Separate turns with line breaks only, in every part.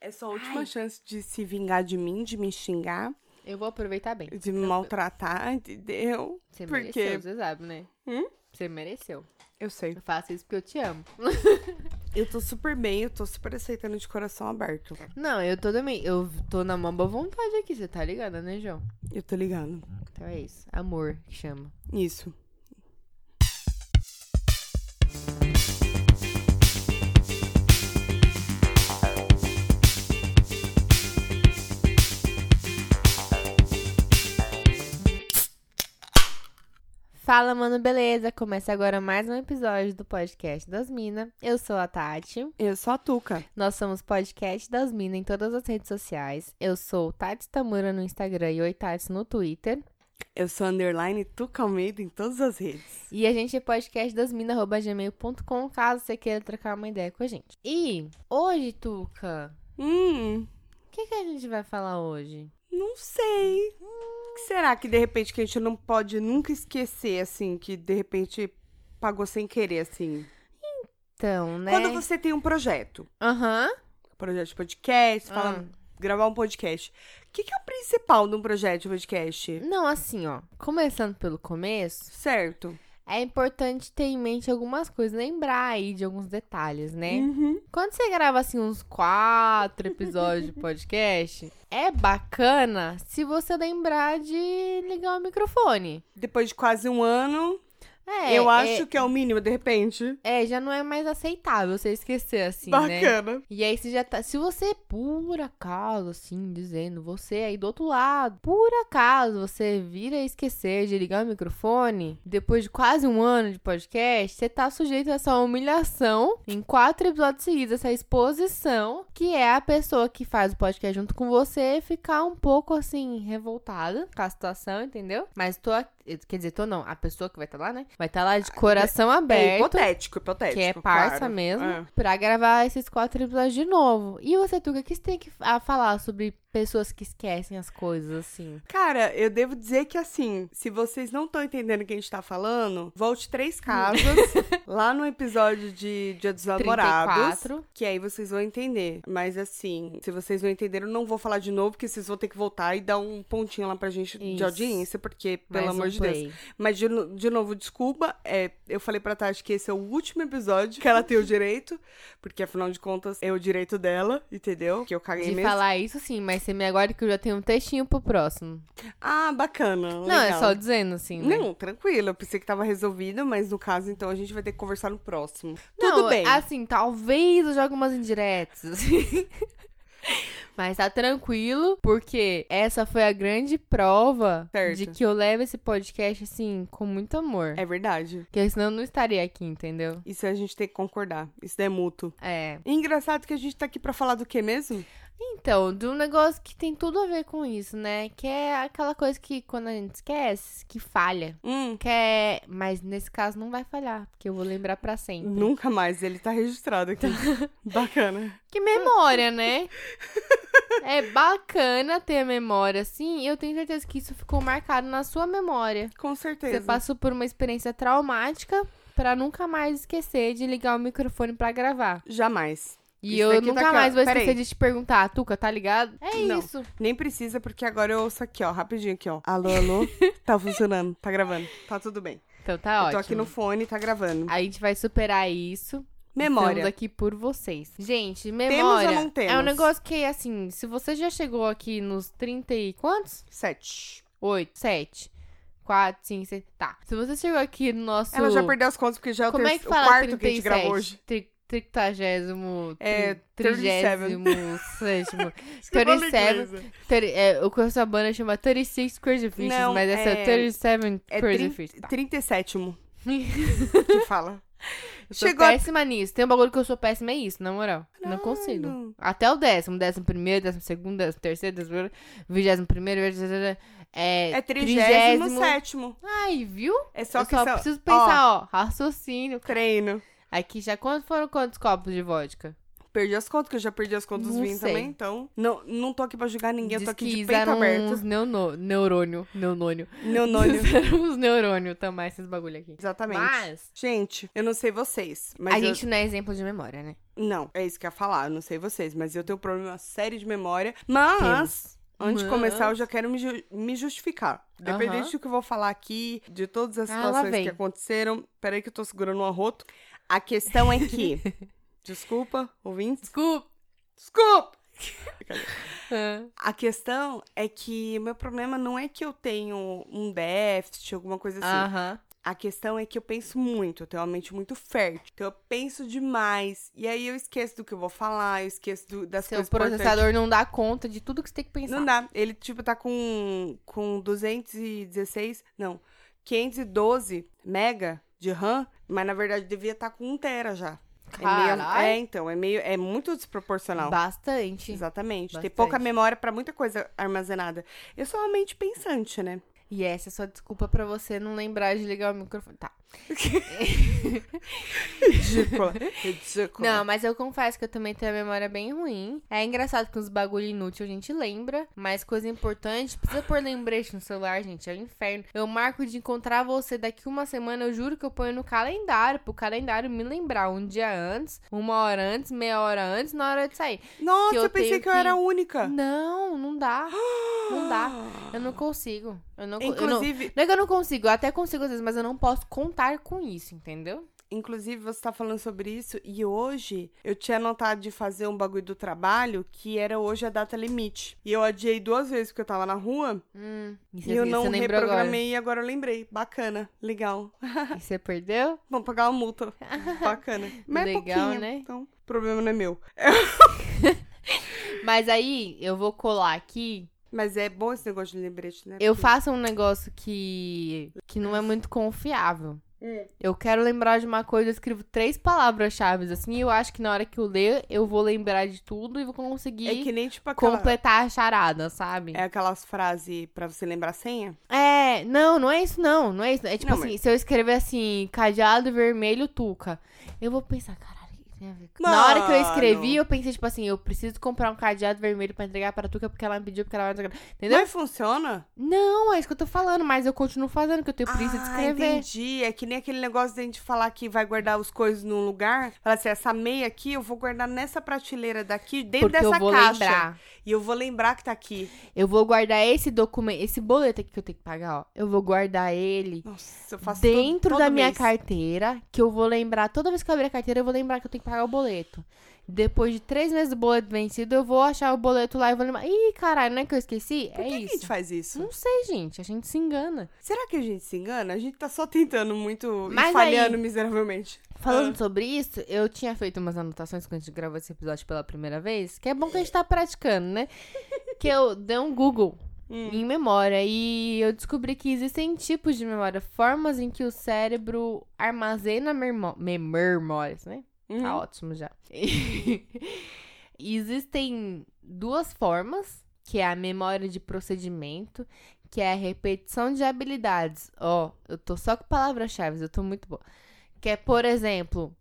é sua última chance de se vingar de mim, de me xingar,
Eu vou aproveitar bem.
de me maltratar, entendeu?
Você
porque-
mereceu, você sabe, né?
Hum?
Você mereceu.
Eu sei.
Eu faço isso porque eu te amo.
Eu tô super bem, eu tô super aceitando de coração aberto.
Não, eu tô também. Eu tô na mão boa vontade aqui, você tá ligada, né, João?
Eu tô ligando.
Então é isso. Amor que chama.
Isso.
Fala, mano, beleza? Começa agora mais um episódio do podcast das Minas. Eu sou a Tati.
Eu sou a Tuca.
Nós somos podcast das Minas em todas as redes sociais. Eu sou Tati Tamura no Instagram e Oi Tati no Twitter.
Eu sou underline Tuca Almeida em todas as redes.
E a gente é podcast das gmail.com, caso você queira trocar uma ideia com a gente. E hoje, Tuca,
Hum,
o que, que a gente vai falar hoje?
não sei. O que será que de repente que a gente não pode nunca esquecer, assim, que de repente pagou sem querer, assim?
Então, né?
Quando você tem um projeto,
Aham.
projeto de podcast,
Ah.
fala, gravar um podcast. O que, que é o principal de um projeto de podcast?
Não, assim, ó. Começando pelo começo,
Certo.
é importante ter em mente algumas coisas, lembrar aí de alguns detalhes, né?
Uhum.
Quando você grava assim uns quatro episódios de podcast, é bacana se você lembrar de ligar o microfone.
Depois de quase um ano,
É,
eu
é-
acho que é o mínimo, de repente.
É, já não é mais aceitável você esquecer assim, né?
Bacana.
E aí você já tá. Se você, por acaso, assim, dizendo, você aí do outro lado, por acaso você vira a esquecer de ligar o microfone, depois de quase um ano de podcast, você tá sujeito a essa humilhação em quatro episódios seguidos, essa exposição, que é a pessoa que faz o podcast junto com você ficar um pouco assim, revoltada com a situação, entendeu? Mas tô. aqui- Quer dizer, tô não, a pessoa que vai estar tá lá, né? Vai estar tá lá de coração
É
aberto
hipotético, hipotético.
que é parça
claro.
mesmo,
É.
pra gravar esses quatro episódios de novo. E você, Tuca, o que você tem que a falar sobre pessoas que esquecem as coisas, assim?
Cara, eu devo dizer que assim, se vocês não estão entendendo o que a gente tá falando, volte
Hum.
três casas lá no episódio de Dia dos Namorados.
34.
Que aí vocês vão entender. Mas assim, se vocês não entenderam, não vou falar de novo, porque vocês vão ter que voltar e dar um pontinho lá pra gente de
Isso.
audiência, porque, pelo
Mais
amor
um
de Deus.
play.
Mas, de, no- de novo, desculpa. é, eu falei pra Tati que esse é o último episódio que ela tem o direito. Porque, afinal de contas, é o direito dela, entendeu? Que eu caguei
De
É mesmo.
falar isso, sim, mas você me aguarde que eu já tenho um textinho pro próximo.
Ah, bacana.
Não, é
legal.
só dizendo, assim, né?
Não, tranquilo. Eu pensei que tava resolvido, mas no caso, então, a gente vai ter que conversar no próximo.
Não,
Tudo bem.
assim, talvez eu jogue umas indiretas, assim. Mas tá tranquilo, porque essa foi a grande prova
Certo.
de que eu levo esse podcast, assim, com muito amor.
É verdade.
Porque senão eu não estaria aqui, entendeu?
Isso a gente tem que concordar. Isso daí é mútuo.
É.
E engraçado que a gente tá aqui pra falar do que mesmo?
Então, de um negócio que tem tudo a ver com isso, né? Que é aquela coisa que quando a gente esquece, que falha.
Hum,
Que é... Mas nesse caso não vai falhar, porque eu vou lembrar pra sempre.
nunca mais. Ele tá registrado aqui. bacana.
Que memória, né? é bacana ter a memória, assim. e Eu tenho certeza que isso ficou marcado na sua memória.
Com
Você
certeza.
passou por uma experiência traumática pra nunca mais esquecer de ligar o microfone pra gravar.
Jamais.
E
Isso
eu
daqui tá
nunca
aqui, ó.
mais vou
Peraí.
esquecer de te perguntar, Tuca, tá ligado? É
Não.
isso.
Nem precisa, porque agora eu ouço aqui, ó, rapidinho aqui, ó. Alô, alô. tá funcionando, tá gravando. Tá tudo bem.
Então tá
Eu tô
ótimo.
aqui no fone, tá gravando.
A gente vai superar isso.
Memória.
Estamos aqui por vocês. Gente, memória.
ou não temos?
É um negócio que, assim, se você já chegou aqui nos 30 e quantos?
Sete.
8, 7, 4, 5, 6. Tá. Se você chegou aqui no nosso.
Ela já perdeu as contas, porque já é o,
Como é
terce-
que
o
fala
quarto
37?
que a gente gravou hoje.
Tri- Trictagésimo.
É,
tri- Trigésimo. Sétimo.
Que bola
37.
inglesa.
Thirty- é, O que essa banda chama 36 Crazy Fish,
Não,
mas essa é
é-
37
É
Crazy
trin-
Fish. Tá.
37º que fala.
Sou
Chegou a-
péssima nisso. Tem um bagulho que eu sou péssima, é isso, na moral. Não
Caralho.
consigo. Até o décimo, décimo primeiro, décimo segundo, décimo terceiro, décimo vigésimo primeiro, vigésimo terceiro, é,
É
trigésimo.
37
Ai, viu?
É só
eu
que
só
são-
preciso
ó,
pensar, ó, raciocínio.
treino.
Aqui já quantos foram quantos copos de vodka?
Perdi as contas, que eu já perdi as contas dos
Não
20
sei.
também, então. Não, não tô aqui pra julgar ninguém, eu tô aqui de peito
Pesquisaram uns
aberto.
neuno- neurônio. Neurônio.
Neonônio.
uns neurônio também, esses bagulho aqui.
Exatamente.
Mas,
Gente, eu não sei vocês, mas
a
eu-
gente não é exemplo de memória, né?
Não, é isso que eu ia falar, eu não sei vocês, mas eu tenho problema sério de memória. Mas,
Temos.
antes de
Mas-
começar, eu já quero me, ju- me justificar. Independente
Aham.
do que eu vou falar aqui, de todas as
Ah, lá
situações
vem.
que aconteceram. Peraí que eu tô segurando um arroto. A questão é que... Desculpa, ouvintes.
Desculpa.
Desculpa! A questão é que meu problema não é que eu tenho um déficit, alguma coisa assim.
Aham.
A questão é que eu penso muito, eu tenho uma mente muito fértil. Então eu penso demais. E aí eu esqueço do que eu vou falar, eu esqueço do- das
Seu
coisas processador.
processador não dá conta de tudo que você tem que pensar.
Não dá. Ele, tipo, tá com, com 216. Não, 512 mega de RAM, mas na verdade devia estar com 1 tera já. É, meio,
Caralho.
é, então, é meio. É muito desproporcional.
Bastante.
Exatamente. Tem
Bastante.
pouca memória pra muita coisa armazenada. Eu sou uma mente pensante, né?
E essa é só desculpa pra você não lembrar de ligar o microfone. Tá.
Ridícula. Ridícula.
Não, mas eu confesso que eu também tenho a memória bem ruim. É engraçado que uns bagulho inútil a gente lembra, mas coisa importante, precisa pôr lembrete no celular, gente, é o inferno. Eu marco de encontrar você daqui uma semana, eu juro que eu ponho no calendário, pro calendário me lembrar um dia antes, uma hora antes, meia hora antes, na hora de sair.
Nossa,
que
eu,
eu
pensei
tenho
que eu era a
que-
única.
Não, não dá. Não dá. Eu não consigo. Eu não, eu não,
Inclusive,
não é que eu não consigo, eu até consigo às vezes, mas eu não posso contar com isso, entendeu?
inclusive, você tá falando sobre isso e hoje eu tinha anotado de fazer um bagulho do trabalho que era hoje a data limite. E eu adiei duas vezes porque eu tava na rua
Hum,
e eu
você
não
lembrou
reprogramei e agora eu lembrei. Bacana, legal.
Agora. E você perdeu?
Vamos pagar uma multa. Bacana. Mas é
Legal,
pouquinho,
né?
Então, o problema não é meu.
Mas aí, eu vou colar aqui.
Mas é bom esse negócio de lembrete, né?
Eu
Porque-
faço um negócio que, que não é muito confiável.
Hum.
Eu quero lembrar de uma coisa, eu escrevo três palavras-chave, assim, e eu acho que na hora que eu ler, eu vou lembrar de tudo e vou conseguir
É que nem tipo aquela...
completar a charada, sabe?
É aquelas frases pra você lembrar a senha?
É, não, não é isso não, não é isso. É tipo
Não,
assim,
mas-
se eu escrever assim, cadeado vermelho tuca, eu vou pensar, caralho, o que tem a ver com... Na hora que eu escrevi,
Mano.
eu pensei tipo assim, eu preciso comprar um cadeado vermelho pra entregar pra tuca porque ela me pediu, porque ela vai entregar. Entendeu?
Mas funciona?
Não, é isso que eu tô falando, mas eu continuo fazendo, que eu tenho preguiça de
Ah,
escrever.
entendi. É que nem aquele negócio de a gente falar que vai guardar os coisas num lugar. Fala assim, essa meia aqui eu vou guardar nessa prateleira daqui, dentro
Porque
dessa
eu vou
caixa.
lembrar.
E eu vou lembrar que tá aqui.
Eu vou guardar esse documento, esse boleto aqui que eu tenho que pagar, ó. Eu vou guardar ele
Nossa, eu faço
dentro
tudo, todo
da minha
mês.
carteira, que eu vou lembrar, toda vez que eu abrir a carteira, eu vou lembrar que eu tenho que pagar o boleto. Depois de três meses do boleto vencido, eu vou achar o boleto lá e vou lembrar. Ih, caralho, não é que eu esqueci?
Por
é
que, que a
isso.
gente faz isso?
Não sei, gente. A gente se engana.
Será que a gente se engana? A gente tá só tentando muito e
Mas
falhando
aí-
miseravelmente.
Falando
Ah.
sobre isso, eu tinha feito umas anotações quando a gente gravou esse episódio pela primeira vez, que é bom que a gente tá praticando, né? que eu dei um Google
Hum.
em memória e eu descobri que existem tipos de memória, formas em que o cérebro armazena mermo- me- memórias, né?
Uhum.
Tá ótimo já. Existem duas formas, que é a memória de procedimento, que é a repetição de habilidades. Ó, eu tô só com palavras-chave, eu tô muito boa. Que é, por exemplo,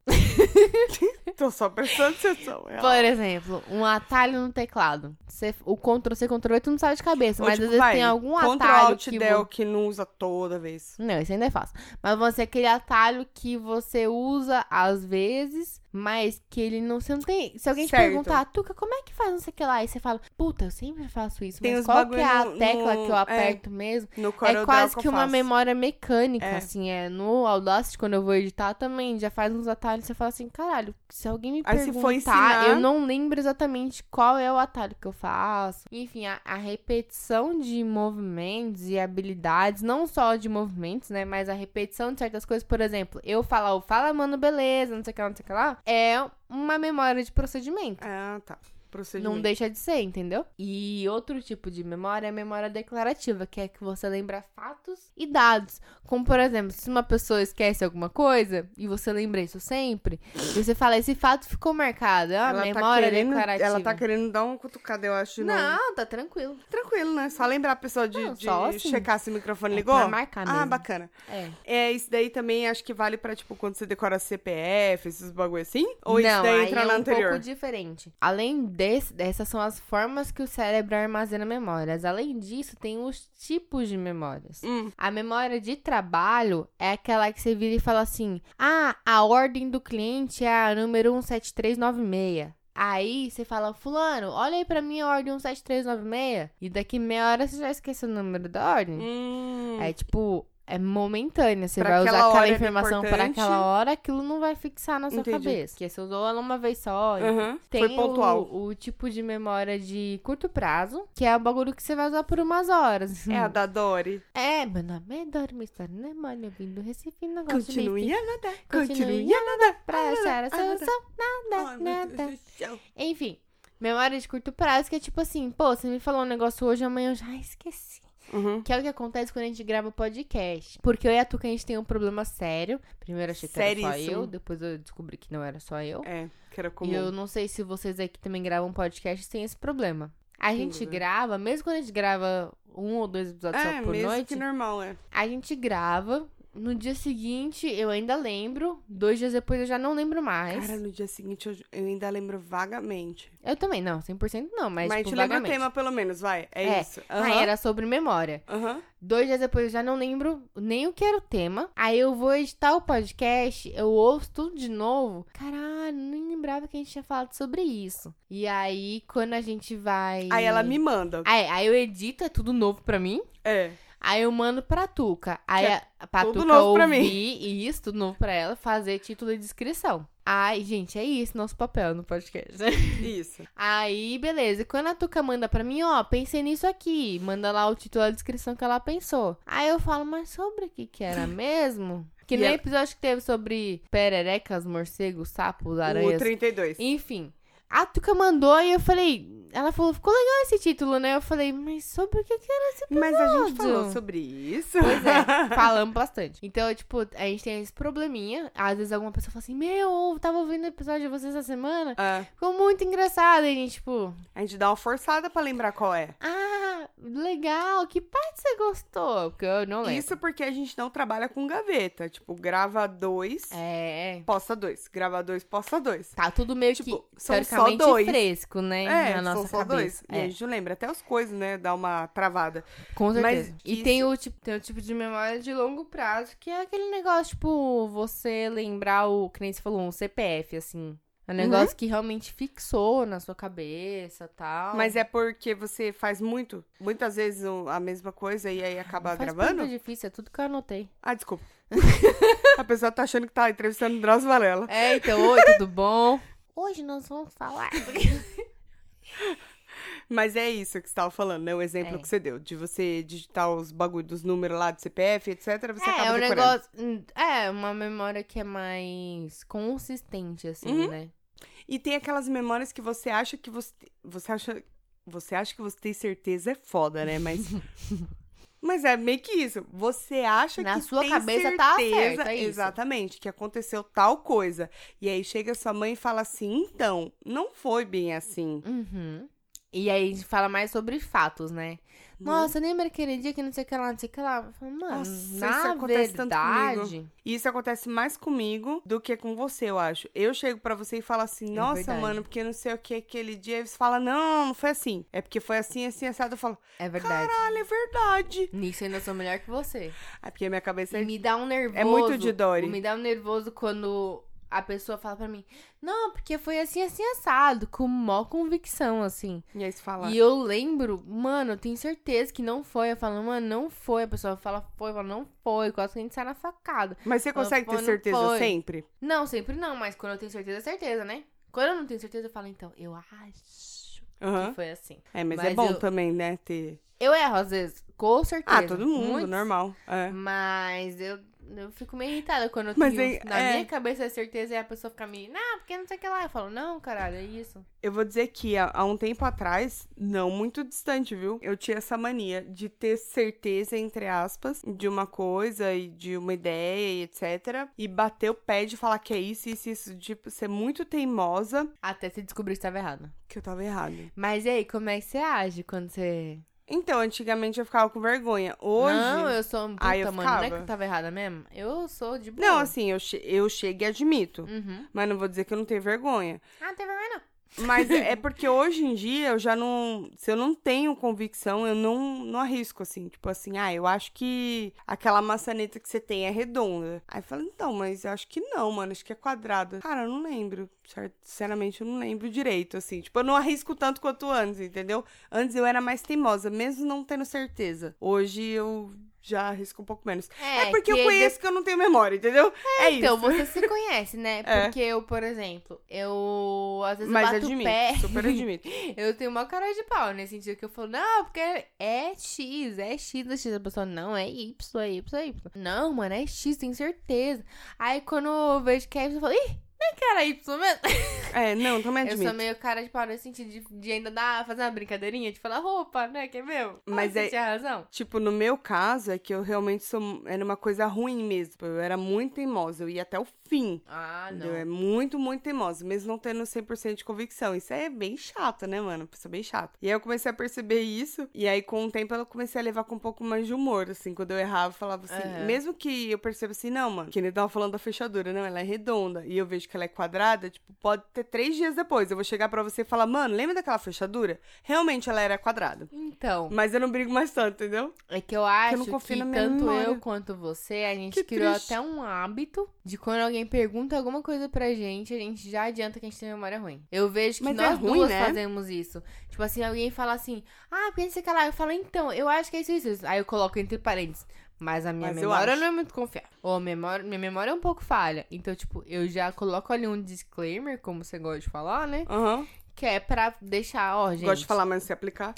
Tô só prestando atenção. é.
por exemplo, um atalho no teclado. Você- o Ctrl C, Ctrl V, tu não sabe de cabeça,
Ou,
mas
tipo,
às vezes
vai,
tem algum
Contra o
atalho
Alt
que
Del que não usa toda vez.
Não, isso ainda é fácil. Mas você aquele atalho que você usa às vezes, mas que ele não. Você não tem. Se alguém
Certo.
te perguntar, Tuca, como é que faz não sei o que lá? E você fala, puta, eu sempre faço isso,
Tem
mas
uns
qual que
bagulho
é a
no-
tecla
no-
que eu
é.
aperto mesmo?
No Corel
é quase
Draw
que uma
faço.
memória mecânica,
É.
assim, é. No Audacity, quando eu vou editar também, já faz uns atalhos, você fala assim, caralho, se alguém me
Aí se for
perguntar,
ensinar-
eu não lembro exatamente qual é o atalho que eu faço. Enfim, a, a repetição de movimentos e habilidades, não só de movimentos, né, mas a repetição de certas coisas, por exemplo, eu falar o fala, mano, beleza, não sei o que lá, não sei o que lá, é uma memória de procedimento.
Ah, tá. procedimento.
Não deixa de ser, entendeu? E outro tipo de memória é a memória declarativa, que é que você lembra fatos e dados. Como, por exemplo, se uma pessoa esquece alguma coisa e você lembra isso sempre, e você fala, esse fato ficou marcado. É uma
Ela tá
memória
querendo-
declarativa.
Ela tá querendo dar uma cutucada, eu acho. de novo.
Não, tá tranquilo.
Tranquilo, né? Só lembrar a pessoa de,
Não,
de
só assim.
checar se o microfone
É
ligou.
pra marcar
Ah,
mesmo.
bacana.
É.
É, isso daí também acho que vale pra, tipo, quando você decora CPF, esses bagulho assim? Ou
não,
isso daí
aí
entra
é
na
um
anterior?
pouco diferente. Além desse, dessas são as formas que o cérebro armazena memórias. Além disso, tem os tipos de memórias.
Hum.
A memória de trabalho é aquela que você vira e fala assim: "Ah, a ordem do cliente é a número 17396". Aí você fala: "Fulano, olha aí pra mim a ordem 17396". E daqui meia hora você já esqueceu o número da ordem.
Hum.
É tipo, é momentânea. Você
Pra
vai usar
aquela
aquela
hora era
informação para
importante.
aquela hora, aquilo não vai fixar na sua
Entendi.
cabeça. Porque você usou ela uma vez só.
Aham.
Tem
Foi pontual.
O, o tipo de memória de curto prazo, que é o bagulho que você vai usar por umas horas.
É a da Dori.
É, meu nome é Dorme História, né, mano? Eu vim do Recife, não gosto
Continue
de
a nadar,
Continue
continue a
bife, pra achar a
Ah, nada.
solução, nada,
nadar.
nada. Enfim, memória de curto prazo, que é tipo assim, pô, você me falou um negócio hoje, amanhã eu já esqueci.
Uhum.
Que é o que acontece quando a gente grava podcast. Porque eu e a Tuca, a gente tem um problema sério. Primeiro eu achei que era só
Seríssimo.
eu, depois eu descobri que não era só eu.
É, que era comum.
E eu não sei se vocês aí que também gravam podcast têm esse problema. A
Sem
gente
dúvida.
grava, mesmo quando a gente grava um ou dois episódios
É,
só por
mesmo
noite,
que normal, é.
a gente grava. No dia seguinte eu ainda lembro, dois dias depois eu já não lembro mais.
Cara, no dia seguinte eu, eu ainda lembro vagamente.
Eu também não, 100% não, mas,
Mas, a
tipo,
gente lembra o
vagamente.
tema pelo menos, vai. É,
É.
isso.
Ah,
Aham,
era sobre memória.
aham.
Dois dias depois eu já não lembro nem o que era o tema. Aí eu vou editar o podcast, eu ouço tudo de novo. Caralho, nem lembrava que a gente tinha falado sobre isso. E aí, quando a gente vai.
Aí ela me manda.
Aí, aí eu edito, é tudo novo pra mim.
É.
Aí eu mando pra Tuca. Aí
Que é
a, pra
tudo
Tuca
novo
ouvir
pra mim.
e isso, tudo novo pra ela, fazer título e descrição. Ai, gente, é isso nosso papel no podcast, né?
Isso.
Aí, beleza. Quando a Tuca manda pra mim, ó, pensei nisso aqui. Manda lá o título e a descrição que ela pensou. Aí eu falo, mas sobre o que que era mesmo? Que
E
nem
ela-
episódio que teve sobre pererecas, morcegos, sapos, aranhas.
O 32.
Enfim. A Tuca mandou e eu falei... Ela falou, ficou legal esse título, né? Eu falei, mas sobre o que que era esse
Mas a gente
episódio?
falou sobre isso.
Pois é, falamos bastante. Então, tipo, a gente tem esse probleminha. Às vezes alguma pessoa fala assim, meu, eu tava ouvindo o episódio de vocês essa semana.
Ah,
Ficou muito engraçado. E a gente, tipo...
a gente dá uma forçada pra lembrar qual é.
Ah, legal. Que parte você gostou? Porque eu não lembro.
Isso porque a gente não trabalha com gaveta. Tipo, grava dois,
É.
posta dois. Grava dois, posta dois.
Tá tudo meio
Tipo,
que
são só
teoricamente
dois.
fresco, né?
É,
na nossa
são só dois.
cabeça.
E a
É,
gente não lembra. Até as coisas, né? Dá uma travada.
com
mas
certeza. E
isso-
tem o, tipo, tem o tipo de memória de longo prazo, que é aquele negócio, tipo, você lembrar o, que nem você falou, um CPF, assim. É um
Uhum.
negócio que realmente fixou na sua cabeça e tal.
Mas é porque você faz muito, muitas vezes o- a mesma coisa e aí acaba
Faz
gravando?
pergunta difícil, é tudo que eu anotei.
Ah, desculpa. a pessoa tá achando que tá entrevistando Drauzio Varela.
É, então, oi, tudo bom? Hoje nós vamos falar.
Mas é isso que você tava falando, né? O exemplo
É.
que você deu. De você digitar os bagulhos dos números lá do CPF, etc. Você
é,
acaba
é um
decorando.
negócio. É, uma memória que é mais consistente, assim,
Uhum.
né?
E tem aquelas memórias que você acha que você. Você acha. Você acha que você tem certeza é foda, né? Mas. Mas é meio que isso. Você acha
Na
que
sua
tem
cabeça
certeza,
tá certo, é isso.
exatamente, que aconteceu tal coisa. E aí chega sua mãe e fala assim: "Então, não foi bem assim".
Uhum. E aí a gente fala mais sobre fatos, né? Nossa, lembra aquele dia que não sei o que lá, não sei o que lá? Eu falo, Mano,
Uhum. Nossa, isso
na
acontece tanto
verdade.
E isso acontece mais comigo do que com você, eu acho. Eu chego pra você e falo assim: "Nossa,
É verdade.
mano, porque não sei o que aquele dia". E você fala: "Não, não foi assim. É porque foi assim, assim, assado". Eu falo:
É verdade.
"Olha, é verdade".
Nisso eu ainda sou melhor que você.
É porque minha cabeça é
E me dá um nervoso.
É muito de Dory.
Me dá um nervoso quando a pessoa fala pra mim, não, porque foi assim, assim, assado, com mó convicção, assim.
E aí você fala.
E eu lembro, mano, eu tenho certeza que não foi. Eu falo, mano, não foi. A pessoa fala, foi, eu falo, não foi. Quase que a gente sai na facada.
Mas você
Fala,
consegue
pô,
ter
não
certeza
foi.
sempre?
Não, sempre não, mas quando eu tenho certeza, é certeza, né? Quando eu não tenho certeza, eu falo, então, eu acho
Aham.
que foi assim.
É, mas,
Mas
é bom
eu-
também, né? Ter.
Eu erro, às vezes, com certeza.
Ah, todo mundo,
Muitos,
normal. É.
Mas eu Eu fico meio irritada quando eu
Mas
tenho.
aí,
na
é.
minha cabeça a certeza é a pessoa ficar meio, não, porque não sei o que lá. Eu falo, não, caralho, é isso.
Eu vou dizer que há, há um tempo atrás, não muito distante, viu? Eu tinha essa mania de ter certeza, entre aspas, de uma coisa e de uma ideia e etc. E bater o pé de falar que é isso, isso, isso. De ser muito teimosa
Até você descobrir que estava errado.
que eu tava errada.
Mas e aí, como é que você age quando você.
Então, antigamente eu ficava com vergonha. Hoje.
Não, eu sou um puta,
Aí eu
mano. Não é que
ficava.
eu tava errada mesmo? Eu sou de boa.
Não, assim, eu, che- eu chego e admito.
Uhum.
Mas não vou dizer que eu não tenho vergonha.
Ah, não tem vergonha, não.
Mas é é porque hoje em dia eu já não. Se eu não tenho convicção, eu não, não arrisco, assim. Tipo assim, ah, eu acho que aquela maçaneta que você tem é redonda. Aí eu falo, então, mas eu acho que não, mano. Acho que é quadrada. Cara, eu não lembro. Sincer- Sinceramente, eu não lembro direito, assim. Tipo, eu não arrisco tanto quanto antes, entendeu? Antes eu era mais teimosa, mesmo não tendo certeza. Hoje eu já arrisco um pouco menos. É, porque eu
que
conheço que eu não tenho memória, entendeu? É, isso.
Então, você se conhece, né?
É.
Porque eu, por exemplo, eu às vezes
Mas
bato o
admito,
pé.
super admito.
Eu tenho uma cara de pau nesse sentido que eu falo, não, porque é X, é X, é X. A pessoa, não, é Y, é Y, é Y. Não, mano, é X, tenho certeza. Aí quando eu vejo que é Y, eu falo, ih, não é que era Y mesmo?
É, não, também
Eu
admito.
sou meio cara de pau nesse sentido de, de ainda dar, fazer uma brincadeirinha, de falar roupa, né, que é meu.
Mas
você
é-
tinha razão.
Tipo, no meu caso, é que eu realmente sou. Era uma coisa ruim mesmo. Eu era muito teimosa. Eu ia até o fim.
Ah, não.
entendeu? É muito, muito teimosa. Mesmo não tendo 100% de convicção. Isso é bem chato, né, mano? Isso é bem chato. E aí eu comecei a perceber isso. E aí, com o tempo, eu comecei a levar com um pouco mais de humor, assim. Quando eu errava, eu falava assim.
Aham.
Mesmo que eu perceba assim, não, mano. Que ele tava falando da fechadura. Não, ela é redonda. E eu vejo que ela é quadrada. Tipo, pode ter três dias depois. Eu vou chegar pra você e falar, mano, lembra daquela fechadura? Realmente ela era quadrada.
Então,
Mas eu não brigo mais tanto, entendeu?
é que eu acho
não confio na
que
minha
tanto
memória.
eu quanto você, a gente
Que
criou
triste.
até um hábito de quando alguém pergunta alguma coisa pra gente, a gente já adianta que a gente tem memória ruim. Eu vejo que
Mas
nós
é ruim,
duas
né?
fazemos isso. Tipo assim, alguém fala assim, ah, pensa que lá. Eu falo, então, eu acho que é isso, isso, isso. Aí eu coloco entre parênteses. Mas a minha
Mas eu
memória
acho.
não é muito confiável. Ou a memória, minha memória é um pouco falha. Então, tipo, eu já coloco ali um disclaimer, como você gosta de falar, né?
Aham.
Que é pra deixar, ó, gente.
Gosto de falar, mas não sei aplicar.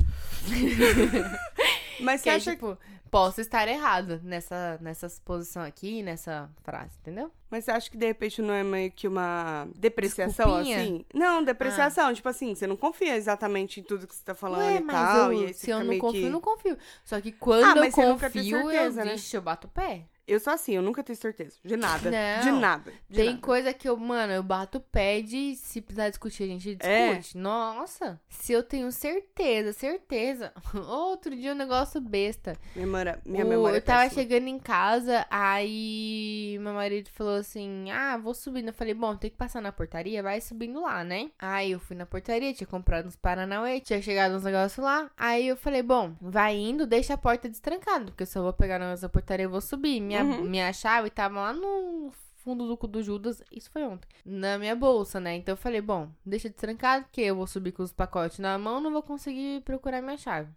mas você
Que é,
acha,
tipo, posso estar errado nessa, nessa posição aqui, nessa frase, entendeu?
mas você acha que de repente não é meio que uma depreciação
Desculpinha? Ah.
assim? Não, depreciação, tipo assim, você não confia exatamente em tudo que você tá falando
Ué,
e
mas
tal,
eu-
e aí você
se eu
fica
não
meio
confio,
que... Ah,
não confio. Só que quando eu
mas você nunca tem
confio,
certeza,
eu,
né?
vixe, eu bato o pé.
Eu sou assim, eu nunca tenho certeza de nada,
Não.
de nada. de
Tem
nada.
coisa que eu, mano, eu bato o pé de se precisar discutir, a gente
É.
discute. Nossa, se eu tenho certeza, certeza. Outro dia um negócio besta.
Memória, minha
O-
memória é
Eu tava
péssima.
chegando em casa, aí meu marido falou assim: Ah, vou subindo. Eu falei: Bom, tem que passar na portaria, vai subindo lá, né? Aí eu fui na portaria, tinha comprado uns Paranauê, tinha chegado uns negócios lá. Aí eu falei: Bom, vai indo, deixa a porta destrancada, porque eu só vou pegar na da portaria e vou subir. Minha,
Uhum.
minha chave tava lá no fundo do cu do Judas, isso foi ontem, na minha bolsa, né? Então eu falei: Bom, deixa destrancado, porque eu vou subir com os pacotes na mão, não vou conseguir procurar minha chave.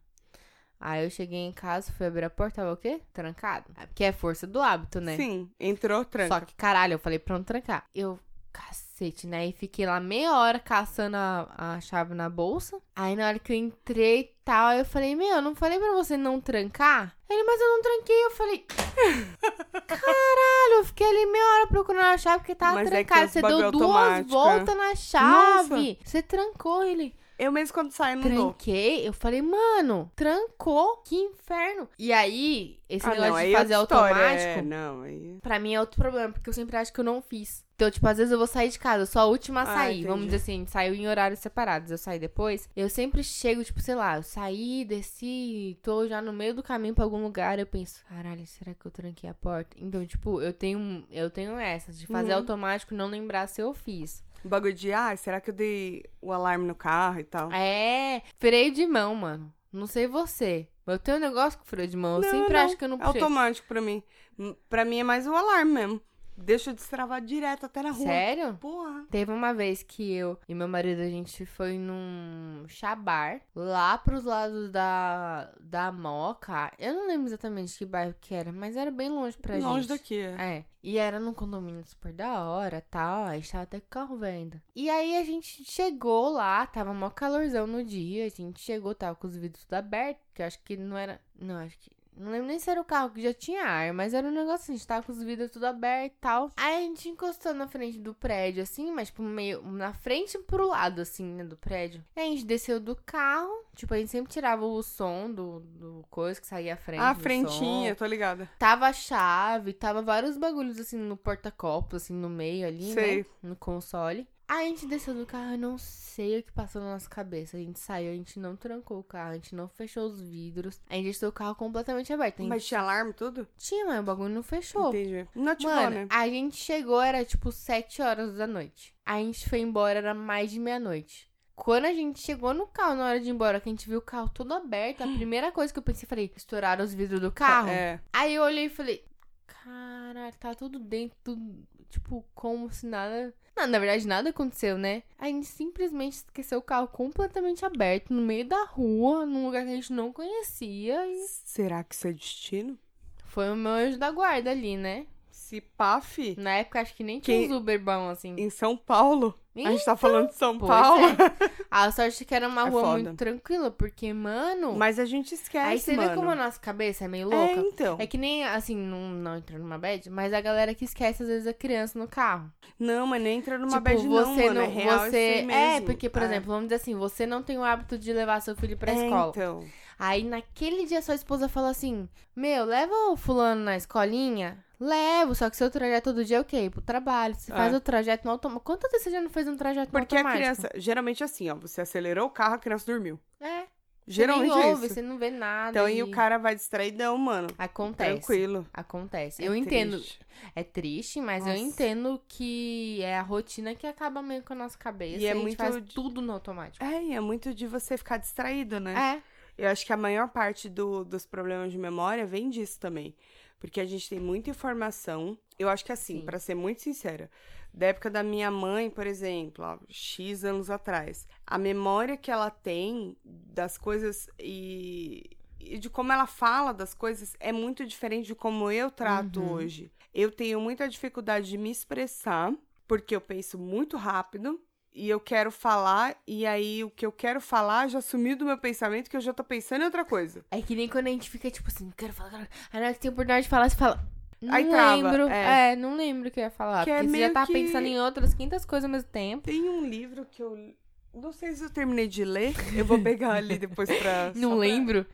Aí eu cheguei em casa, fui abrir a porta, tava o quê? Trancado. É Porque é força do hábito, né?
Sim, entrou, tranca.
Só que, caralho, eu falei, pronto, trancar. Eu, cacete, né? E fiquei lá meia hora caçando a, a chave na bolsa. Aí na hora que eu entrei e tal, eu falei, meu, eu não falei pra você não trancar? Ele, mas eu não tranquei. Eu falei, caralho, eu fiquei ali meia hora procurando a chave porque tava
Mas é que
trancada.
os
Você
bagulho
deu duas
automático, é.
voltas na chave. Você trancou ele.
Eu mesmo quando saio não dou.
Tranquei, eu falei, mano, trancou, que inferno. E aí, esse
Ah,
negócio
não, aí
de fazer
é outra história,
automático,
É, não, aí...
pra mim é outro problema, porque eu sempre acho que eu não fiz. Então, tipo, às vezes eu vou sair de casa, eu sou a última a
Ah,
sair.
entendi.
Vamos dizer assim, saiu em horários separados, eu saí depois. Eu sempre chego, tipo, sei lá, eu saí, desci, tô já no meio do caminho pra algum lugar, eu penso, caralho, será que eu tranquei a porta? Então, tipo, eu tenho, eu tenho essa, de fazer
Uhum.
automático e não lembrar se eu fiz.
Bagulho de, ah, será que eu dei o alarme no carro e tal?
É, freio de mão, mano. Não sei você. mas Eu tenho um negócio com freio de mão. Eu
Não,
sempre
não.
acho que eu não
É
puxei.
automático pra mim. M- Pra mim é mais o alarme mesmo. Deixa eu destravar direto até na rua.
Sério?
Porra.
Teve uma vez que eu e meu marido, a gente foi num chabar lá pros lados da, da Moca. Eu não lembro exatamente que bairro que era, mas era bem longe pra gente.
Longe daqui. é.
É. E era num condomínio super da hora, tal. Aí estava até com o carro vendo. E aí a gente chegou lá, tava mó calorzão no dia. A gente chegou, tava com os vidros tudo abertos, que eu acho que não era. Não, acho que. Não lembro nem se era o carro que já tinha ar, mas era um negócio assim, a gente tava com os vidros tudo aberto e tal. Aí a gente encostou na frente do prédio, assim, mas tipo, meio na frente e pro lado, assim, né, do prédio. Aí a gente desceu do carro, tipo, a gente sempre tirava o som do, do coisa que saía à frente.
Ah,
do som.
frentinha, tô ligada.
Tava a chave, tava vários bagulhos assim no porta-copos, assim, no meio ali,
Sei.
né? No console. Aí a gente desceu do carro, eu não sei o que passou na nossa cabeça. A gente saiu, a gente não trancou o carro, a gente não fechou os vidros. A gente deixou o carro completamente aberto. A gente
Mas tinha alarme tudo?
tinha, mas o bagulho não fechou.
Entendi. Não ativou,
Mano,
né?
a gente chegou, era tipo 7 horas da noite. A gente foi embora, era mais de meia-noite. Quando a gente chegou no carro, na hora de ir embora, que a gente viu o carro todo aberto, a primeira coisa que eu pensei, falei, estouraram os vidros do carro?
É.
Aí eu olhei e falei, caralho, tá tudo dentro, tudo, tipo, como se nada. Não, na verdade, nada aconteceu, né? A gente simplesmente esqueceu o carro completamente aberto, no meio da rua, num lugar que a gente não conhecia. E
Será que isso é destino?
foi o meu anjo da guarda ali, né?
Se paf,
Na época, acho que nem tinha
Quem-
uns Uber bom, assim.
em São Paulo.
Ih,
a gente tá falando de São
Então, Pois
Paulo.
é. A sorte é que era uma
É
rua
foda.
muito tranquila, porque, mano...
Mas a gente esquece,
aí você
mano.
vê como a nossa cabeça é meio
É,
louca.
então.
É que nem, assim, não, não entrando numa bad, mas a galera que esquece, às vezes, a criança no carro.
Não, mas nem entra numa
tipo,
bad não,
você
mano. é real isso
você,
aí
é,
mesmo.
porque, por
É.
exemplo, vamos dizer assim, você não tem o hábito de levar seu filho pra
É,
escola.
então.
Aí, naquele dia, sua esposa fala assim, meu, leva o fulano na escolinha? Levo, só que seu trajeto todo dia é o quê? Pro trabalho. Você
É.
faz o trajeto no automático. Quantas vezes você já não fez um trajeto
Porque
no
a
automático?
criança, geralmente assim, ó, você acelerou o carro, a criança dormiu.
É, você nem
Geralmente é
ouve,
isso.
você não vê nada.
Então aí
e
o cara vai distraidão, mano.
Acontece.
Tranquilo.
Acontece.
É
eu entendo.
triste.
É triste, mas eu
Nossa.
entendo que é a rotina que acaba meio com a nossa cabeça.
E é
a gente
muito
faz
de-
tudo no automático.
É, e é muito de você ficar distraído, né?
É.
Eu acho que a maior parte do- dos problemas de memória vem disso também. Porque a gente tem muita informação. Eu acho que assim,
Sim.
pra ser muito sincera, da época da minha mãe, por exemplo, ó, X anos atrás, a memória que ela tem das coisas e, e de como ela fala das coisas é muito diferente de como eu trato
Uhum.
hoje. Eu tenho muita dificuldade de me expressar, porque eu penso muito rápido e eu quero falar, e aí o que eu quero falar já sumiu do meu pensamento, que eu já tô pensando em outra coisa.
É que nem quando a gente fica tipo assim, quero falar, quero... Aí na hora que tem oportunidade de falar, você fala. Não
Aí trava,
lembro.
é.
É. não lembro o que eu ia falar.
Que é
porque você
meio
já tá
que-
pensando em outras 500 coisas ao mesmo tempo.
Tem um livro que eu. Não sei se eu terminei de ler, eu vou pegar ali depois pra. só
Não
pra-
lembro.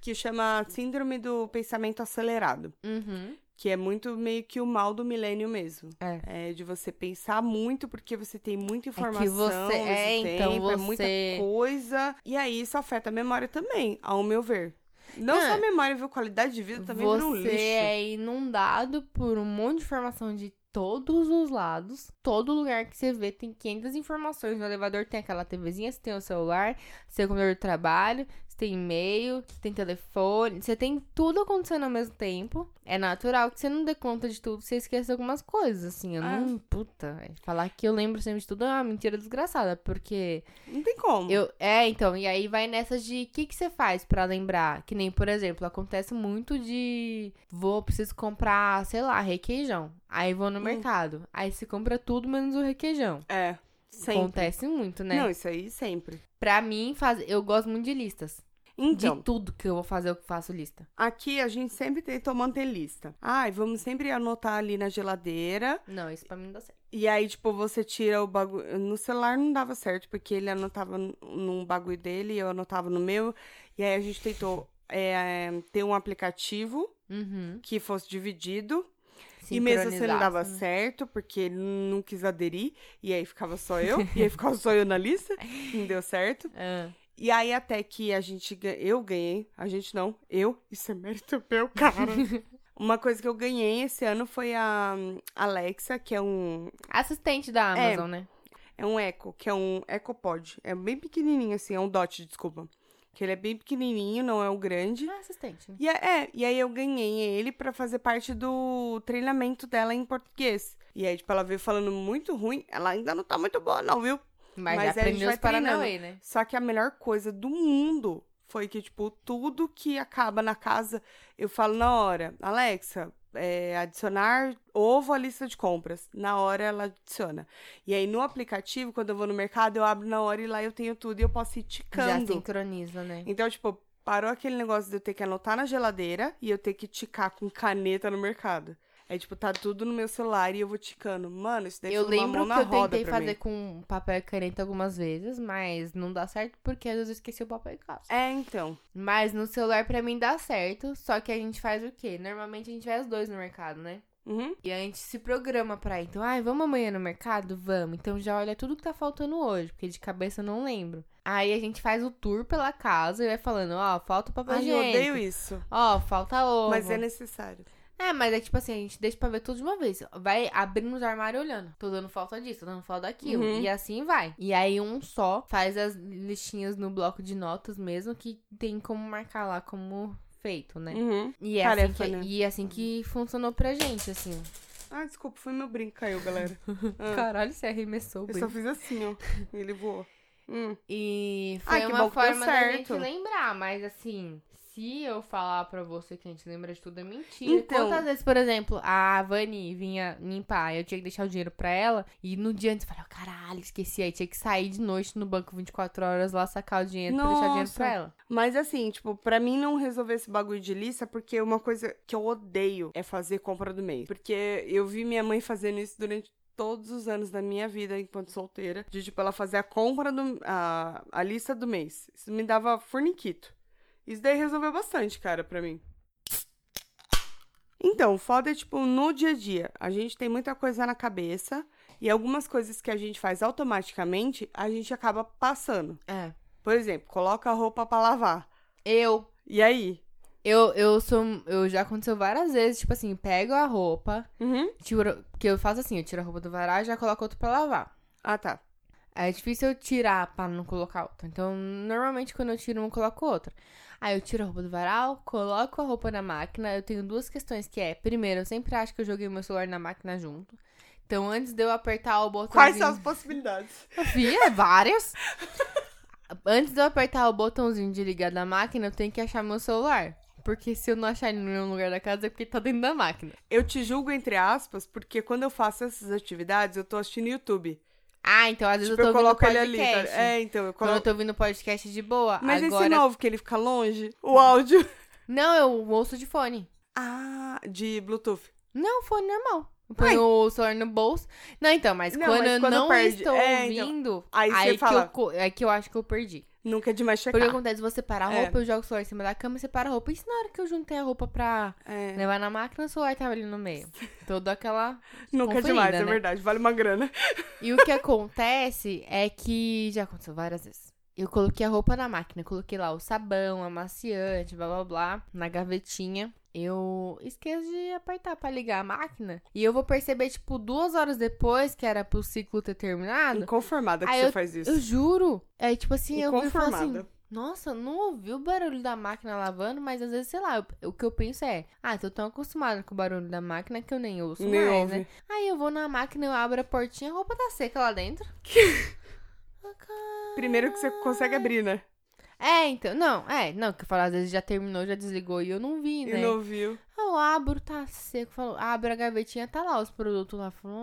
Que chama Síndrome do Pensamento Acelerado.
Uhum.
Que é muito meio que o mal do milênio mesmo.
É.
É de você pensar muito porque você tem muita informação.
que você-
ao
é,
mesmo
então,
tempo, é muita
você-
coisa. E aí isso afeta a memória também, ao meu ver. Não é.
Ah,
só a memória, viu? Qualidade de vida também vira um
Você
lixo.
é inundado por um monte de informação de todos os lados. Todo lugar que você vê tem 500 informações. No elevador tem aquela TVzinha, você tem o celular, você tem o computador de trabalho, você tem e-mail, você tem telefone, você tem tudo acontecendo ao mesmo tempo. É natural que você não dê conta de tudo, você esquece algumas coisas, assim. Eu
Ah.
não... Puta, velho. falar que eu lembro sempre de tudo é uma mentira desgraçada, porque...
Não tem como.
Eu, é, então, e aí vai nessa de o que, que você faz pra lembrar? Que nem, por exemplo, acontece muito de vou, preciso comprar, sei lá, requeijão. Aí vou no
Hum.
mercado. Aí se compra tudo menos o requeijão.
É, sempre.
Acontece muito, né?
Não, isso aí sempre.
Pra mim, faz, eu gosto muito de listas.
Então,
de tudo que eu vou fazer, eu faço lista.
aqui a gente sempre tentou manter lista. Ai, vamos sempre anotar ali na geladeira.
Não, isso pra mim não dá certo.
E aí, tipo, você tira o bagulho. No celular não dava certo, porque ele anotava n- num bagulho dele e eu anotava no meu. E aí a gente tentou é, ter um aplicativo
Uhum.
que fosse dividido. E mesmo assim não
Sincronizar,
dava
né?
certo, porque ele não quis aderir. E aí ficava só eu. e aí ficava só eu na lista. Não deu certo.
Ah.
E aí até que a gente ga- eu ganhei, a gente não, eu, isso é mérito meu, cara. Uma coisa que eu ganhei esse ano foi a hum, Alexa, que é um
Assistente da
É.
Amazon, né?
é um Echo, que é um EcoPod. É bem pequenininho assim, é um Dot, desculpa. Que ele é bem pequenininho, não é o grande.
Ah, assistente, né?
E, é, é, e aí eu ganhei ele pra fazer parte do treinamento dela em português. E aí, tipo, ela veio falando muito ruim. Ela ainda não tá muito boa, não, viu?
Mas,
Mas é aí a gente
aprendeu
vai
os Paranauê, né?
Só que a melhor coisa do mundo foi que, tipo, tudo que acaba na casa, eu falo na hora, Alexa, é, adicionar ovo à lista de compras. Na hora ela adiciona. E aí no aplicativo, quando eu vou no mercado, eu abro na hora e lá eu tenho tudo e eu posso ir
Já
ticando.
sincroniza, né?
Então, tipo, Parou aquele negócio de eu ter que anotar na geladeira e eu ter que ticar com caneta no mercado. É tipo, tá tudo no meu celular e eu vou ticando. Mano, isso daí
Eu
foi uma mão
lembro que
na
eu
roda
tentei
pra
fazer
mim.
com papel e caneta algumas vezes, mas não dá certo porque às vezes eu esqueci o papel em casa.
É, então.
Mas no celular pra mim dá certo, só que a gente faz o quê? Normalmente a gente vai os dois no mercado, né?
Uhum.
E a gente se programa pra ir. Então, ai, vamos amanhã no mercado? Vamos. Então já olha tudo que tá faltando hoje, porque de cabeça eu não lembro. Aí a gente faz o tour pela casa e vai falando, ó, falta o papel
Ai, eu
higiênico.
odeio isso.
Ó, falta ovo.
Mas é necessário.
É, mas é tipo assim, a gente deixa pra ver tudo de uma vez. Vai abrindo os armários e olhando. Tô dando falta disso, tô dando falta daquilo.
Uhum.
E assim vai. E aí um só faz as listinhas no bloco de notas mesmo, que tem como marcar lá como feito, né?
Uhum.
E é,
Tarefa,
assim que,
né?
e é assim que funcionou pra gente, assim.
Ah, desculpa, foi meu brinco, caiu, galera. Ah,
Caralho, você arremessou
eu
bem.
só fiz assim, ó. e Ele voou. Hum.
E
Ai,
foi
que bom
uma
que deu
forma da gente
certo.
lembrar, mas assim, se eu falar pra você que a gente lembra de tudo, é mentira.
Então-
Quantas vezes, por exemplo, a Vani vinha limpar, eu tinha que deixar o dinheiro pra ela, e no dia antes eu falei, "Ó, caralho, esqueci, aí tinha que sair de noite no banco 24 horas lá, sacar o dinheiro pra deixar o dinheiro
Nossa.
pra ela.
Mas assim, tipo, pra mim não resolver esse bagulho de lista, porque uma coisa que eu odeio é fazer compra do mês. Porque eu vi minha mãe fazendo isso durante todos os anos da minha vida enquanto solteira, de tipo ela fazer a compra do a, a lista do mês. Isso me dava forniquito. Isso daí resolveu bastante, cara, pra mim. Então, foda é tipo no dia a dia, a gente tem muita coisa na cabeça e algumas coisas que a gente faz automaticamente, a gente acaba passando.
É.
Por exemplo, coloca a roupa pra lavar.
Eu
E aí?
eu, eu sou. Eu já aconteceu várias vezes, tipo assim, pego a roupa,
Uhum.
tiro. Porque eu faço assim, eu tiro a roupa do varal e já coloco outro pra lavar.
Ah, tá.
É difícil eu tirar pra não colocar outra. Então, normalmente quando eu tiro uma, eu coloco outra. Aí eu tiro a roupa do varal, coloco a roupa na máquina. Eu tenho duas questões que é, primeiro, eu sempre acho que eu joguei meu celular na máquina junto. Então, antes de eu apertar o botãozinho,
Quais são as possibilidades?
Fia, várias. Antes de eu apertar o botãozinho de ligar da máquina, eu tenho que achar meu celular. Porque se eu não achar ele no meu lugar da casa, é porque ele tá dentro da máquina.
Eu te julgo, entre aspas, porque quando eu faço essas atividades, eu tô assistindo YouTube.
Ah, então às vezes
tipo,
eu
eu,
tô ouvindo
coloco ele
podcast.
ali. tá- É, então, eu
Quando eu
coloco.
tô ouvindo podcast de boa,
Mas
agora... Uhum.
esse novo que ele fica longe, o áudio.
Não, eu ouço de fone.
Ah, de Bluetooth.
Não, fone normal. Eu ponho o celular no bolso. Não, então, mas
Não,
quando
mas
eu
quando
não
perde-
estou
é, então.
ouvindo,
Aí
aí,
você
que
fala-
eu, co- é que eu acho que eu perdi.
Nunca é demais
Porque o
checar.
que acontece, você para a
É.
roupa, eu jogo o celular em cima da cama, você para a roupa. E se na hora que eu juntei a roupa pra
É.
levar na máquina, o celular tava ali no meio? Toda aquela...
Nunca é
Conferida,
demais, é
né?
verdade. Vale uma grana.
E o que acontece é que... Já aconteceu várias vezes. Eu coloquei a roupa na máquina, coloquei lá o sabão, amaciante, blá blá blá, na gavetinha. Eu esqueço de apertar pra ligar a máquina. E eu vou perceber, tipo, duas horas depois que era pro ciclo ter terminado.
Inconformada que
Aí
você faz isso.
Eu juro. É tipo assim, eu vi e falo assim.
Inconformada.
Nossa, não ouvi o barulho da máquina lavando, mas às vezes, sei lá, eu- o que eu penso é, ah, tô tão acostumada com o barulho da máquina que eu nem ouço
Nem
mais,
ouve.
né? Aí eu vou na máquina, eu abro a portinha, a roupa tá seca lá dentro. Ah, cara.
Primeiro que você consegue abrir, né?
É, então, não, é, não, que eu falo, às vezes já terminou, já desligou e eu não vi,
E
né?
não viu.
Eu abro, tá seco, falo, abro a gavetinha, tá lá os produtos lá, falo,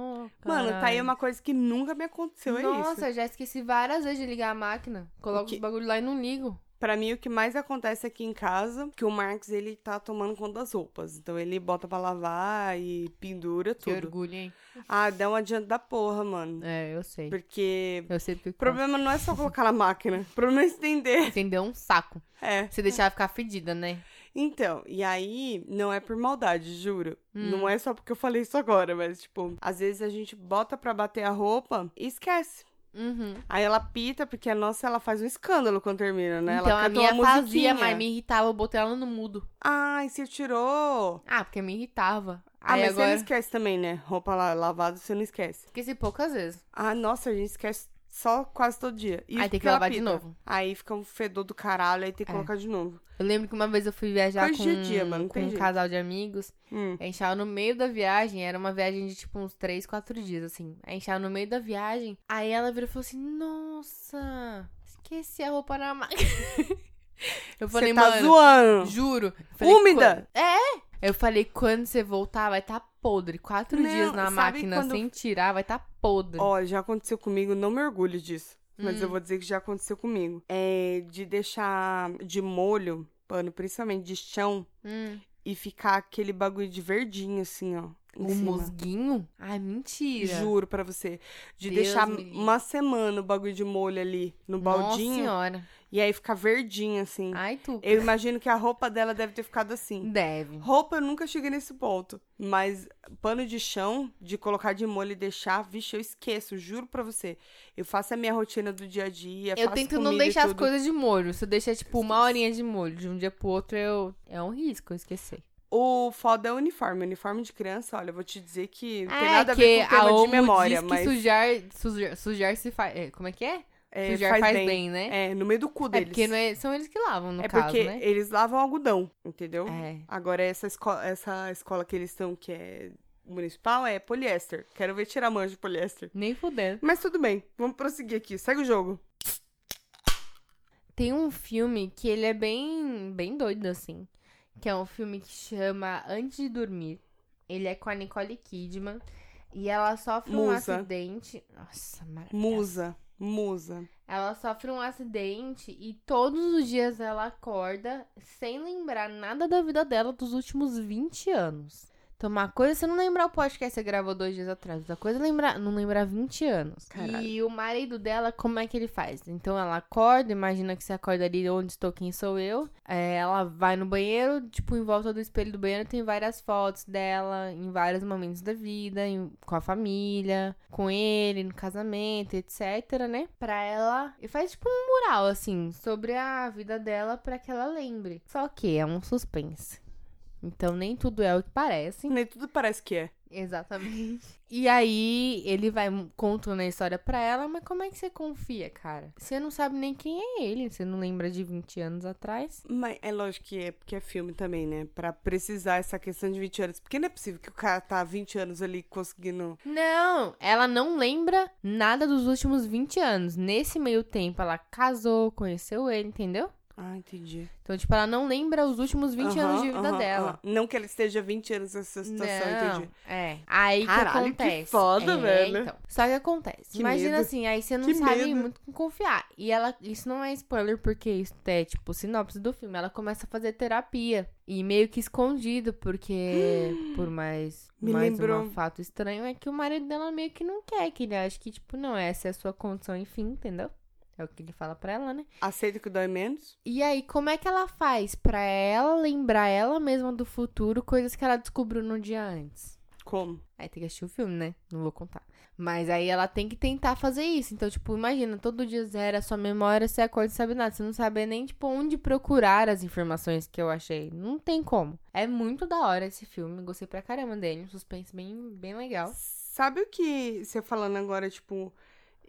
oh,
Mano, tá aí
caralho.
uma coisa que nunca me aconteceu, é isso.
Nossa, eu já esqueci várias vezes de ligar a máquina.
O
Coloco
que-
os bagulho lá e não ligo.
Pra mim, o que mais acontece aqui em casa, que o Marcos, ele tá tomando conta das roupas. Então, ele bota pra lavar e pendura
Que
tudo.
orgulho, hein?
Ah, dá um adianto da porra, mano.
É, eu sei.
Porque
Eu sei porque...
o problema não é só colocar na máquina. O problema é estender.
Entendeu? Um saco.
É.
Você deixar ficar fedida, né?
Então, e aí, não é por maldade, juro.
Hum.
Não é só porque eu falei isso agora, mas, tipo, às vezes a gente bota pra bater a roupa e esquece.
Uhum.
Aí ela pita, porque a nossa, ela faz um escândalo quando termina, né?
Então
ela
a
canta
minha
uma
fazia,
musiquinha.
mas me irritava, eu botei ela no mudo.
Ai, você tirou.
Ah, porque me irritava.
Ah,
Aí
mas você
agora.
não esquece também, né? Roupa la- lavada, você não esquece.
Esqueci poucas vezes.
Ah, nossa, a gente esquece só quase todo dia. Isso
Aí tem
porque
que
ela
lavar de
é pita.
novo.
Aí fica um fedor do caralho, aí tem que
É.
colocar de novo.
Eu lembro que uma vez eu fui viajar
Coisa
com,
de dia, mano, não
com
tem
um
jeito.
casal de amigos.
Hum.
A gente tava no meio da viagem, era uma viagem de tipo uns 3, 4 dias, assim. A gente tava no meio da viagem, aí ela virou e falou assim: Nossa, esqueci a roupa na máquina. Eu falei,
Você tá
mano,
zoando.
Juro.
Úmida?
"Quan- É! Eu falei, quando você voltar, vai tá podre. Quatro
Não,
dias na
sabe
máquina
quando-
sem tirar, vai tá podre.
Ó, já aconteceu comigo, não me orgulho disso. Mas
Hum.
eu vou dizer que já aconteceu comigo. É de deixar de molho pano, principalmente de chão,
Hum,
e ficar aquele bagulho de verdinho, assim, ó. em
um
cima.
musguinho? Ai, mentira.
Juro pra você. De
Deus
deixar
me livre.
uma semana o bagulho de molho ali no
Nossa
um baldinho
senhora.
e aí ficar verdinho, assim.
Ai, tu.
Eu imagino que a roupa dela deve ter ficado assim.
Deve.
Roupa eu nunca cheguei nesse ponto. Mas pano de chão, de colocar de molho e deixar, vixe, eu esqueço, juro pra você. Eu faço a minha rotina do dia a dia.
Eu
faço
tento não
comida e
deixar as
tudo.
coisas de molho. Se eu deixar, tipo, uma horinha de molho de um dia pro outro, eu... é um risco, eu esqueci.
O foda é o uniforme. Uniforme de criança, olha, eu vou te dizer que não tem
É,
nada a
que
ver com o tema
OMU
de memória,
diz que
mas
sujar, sujar, sujar se faz... é, como é que é?
é,
sujar faz, bem, né?
É, no meio do cu
É,
deles.
porque não é- são eles que lavam, no
É
caso,
porque
né?
eles lavam algodão, entendeu?
É.
Agora, essa escola, essa escola que eles estão, que é municipal, é poliéster. Quero ver tirar manjo de poliéster.
Nem fudendo.
Mas tudo bem, vamos prosseguir aqui. Segue o jogo.
Tem um filme que ele é bem, bem doido, assim. Que é um filme que chama Antes de Dormir. Ele é com a Nicole Kidman. E ela sofre um
Musa.
acidente. Nossa, maravilhosa.
Musa, musa.
Ela sofre um acidente e todos os dias ela acorda sem lembrar nada da vida dela dos últimos 20 anos. Então, uma coisa é você não lembrar o podcast que você gravou dois dias atrás. Outra coisa é lembrar, não lembrar 20 anos.
Caralho.
E o marido dela, como é que ele faz? Então, ela acorda, imagina que você acorda ali onde estou, quem sou eu. É, ela vai no banheiro, tipo, em volta do espelho do banheiro tem várias fotos dela em vários momentos da vida, em- com a família, com ele, no casamento, etc, né? Pra ela. E faz tipo um mural, assim, sobre a vida dela pra que ela lembre. Só que é um suspense. Então nem tudo é o que parece.
Nem tudo parece que é.
Exatamente. E aí ele vai contando a história pra ela, mas como é que você confia, cara? Você não sabe nem quem é ele, você não lembra de 20 anos atrás.
Mas é lógico que é, porque é filme também, né? Pra precisar essa questão de 20 anos. Porque não é possível que o cara tá há 20 anos ali conseguindo.
Não, ela não lembra nada dos últimos 20 anos. Nesse meio tempo, ela casou, conheceu ele, entendeu?
Ah, entendi.
Então, tipo, ela não lembra os últimos 20 anos
Aham,
de vida
aham,
dela.
aham. Não que ela esteja 20 anos nessa situação,
não,
entendi.
É. Aí que
Caralho, que
acontece.
foda,
É,
velho.
então. Só que acontece.
Que
Imagina
medo.
assim, aí você não
Que
sabe
medo.
muito com confiar. E ela, isso não é spoiler, porque isso é tipo sinopse do filme. Ela começa a fazer terapia. E meio que escondido, porque por mais,
Me
mais
lembrou-
um fato estranho é que o marido dela meio que não quer, que ele acha que, tipo, não, essa é a sua condição, enfim, entendeu? É o que ele fala pra ela, né?
Aceita que dói menos?
E aí, como é que ela faz pra ela lembrar ela mesma do futuro coisas que ela descobriu no dia antes?
Como?
Aí tem que assistir o filme, né? Não vou contar. Mas aí ela tem que tentar fazer isso. Então, tipo, imagina, todo dia zero a sua memória, você acorda e sabe nada. Você não sabe nem, tipo, onde procurar as informações que eu achei. Não tem como. É muito da hora esse filme. Gostei pra caramba dele. Um suspense bem, bem legal.
Sabe o que você falando agora, tipo,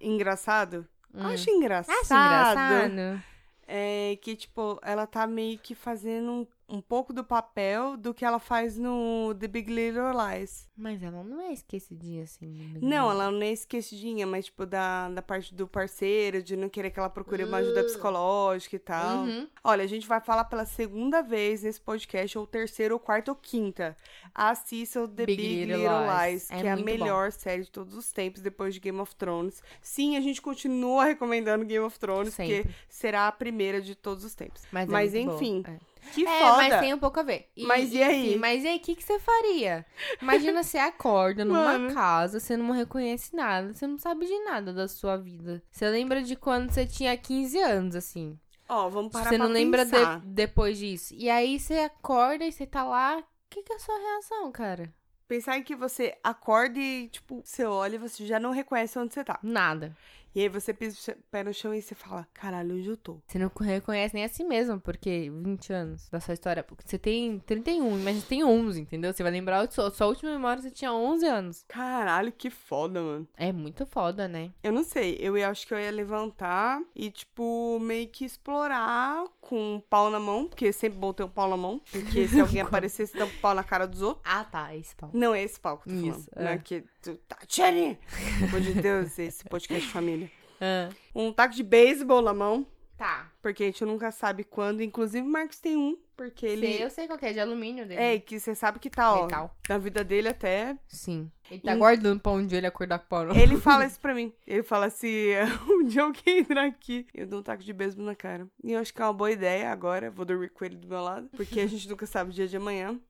engraçado?
Hum.
Acho engraçado.
Acho engraçado.
É que, tipo, ela tá meio que fazendo um, um pouco do papel do que ela faz no The Big Little Lies.
Mas ela não é esquecidinha assim. né?
Não, ela não é esquecidinha, mas, tipo, da, da parte do parceiro, de não querer que ela procure uma ajuda
Hum.
psicológica e tal.
Uhum.
Olha, a gente vai falar pela segunda vez nesse podcast, ou terceira, ou quarta, ou quinta. Assista o The
Big
Big,
Little
Little,
Lies.
Lies,
É
que é a
muito
melhor série de todos os tempos, depois de Game of Thrones. Sim, a gente continua recomendando Game of Thrones,
Sempre.
porque será a primeira de todos os tempos.
Mas, é
Mas,
muito boa.
enfim,
É.
Que
é,
foda!
mas tem um pouco a ver.
Mas e aí?
enfim, mas e aí, o que, que você faria? Imagina você acorda numa
Mano.
casa, você não reconhece nada, você não sabe de nada da sua vida. Você lembra de quando você tinha 15 anos, assim.
Ó, vamos parar
você
pra
não lembra de-
pensar.
depois disso. E aí você acorda e você tá lá. O que, que é a sua reação, cara?
Pensar em que você acorda e, tipo, você olha e você já não reconhece onde você tá.
Nada.
E aí você pisa o che- pé no chão e você fala, caralho, onde eu tô?
Você não reconhece nem a si mesmo, porque 20 anos da sua história. Porque você tem 31, mas você tem 11, entendeu? Você vai lembrar, a sua, sua última memória você tinha 11 anos.
Caralho, que foda, mano.
É muito foda, né?
Eu não sei, eu ia- acho que eu ia levantar e, tipo, meio que explorar com um pau na mão, porque sempre bom ter um pau na mão, porque se alguém aparecer, você dá um pau na cara dos outros.
Ah, tá, esse pau.
Não é esse pau que eu tô
Isso,
falando, né?
é.
Que tu tá, Tchane! Pelo amor de Deus, esse podcast família.
Ah.
Um taco de beisebol na mão.
Tá.
Porque a gente nunca sabe quando. Inclusive, o Marcos tem um, porque ele.
Sei, eu sei qual que é, de alumínio dele.
É, e que você sabe que tá, ó.
Metal.
Na vida dele até.
Sim. Ele tá
Hum.
guardando pra um dia ele acordar com o pau no-
Ele fala isso pra mim. Ele fala se um dia alguém entrar aqui, eu dou um taco de beijo na cara. E eu acho que é uma boa ideia agora. Vou dormir com ele do meu lado. Porque a gente nunca sabe o dia de amanhã.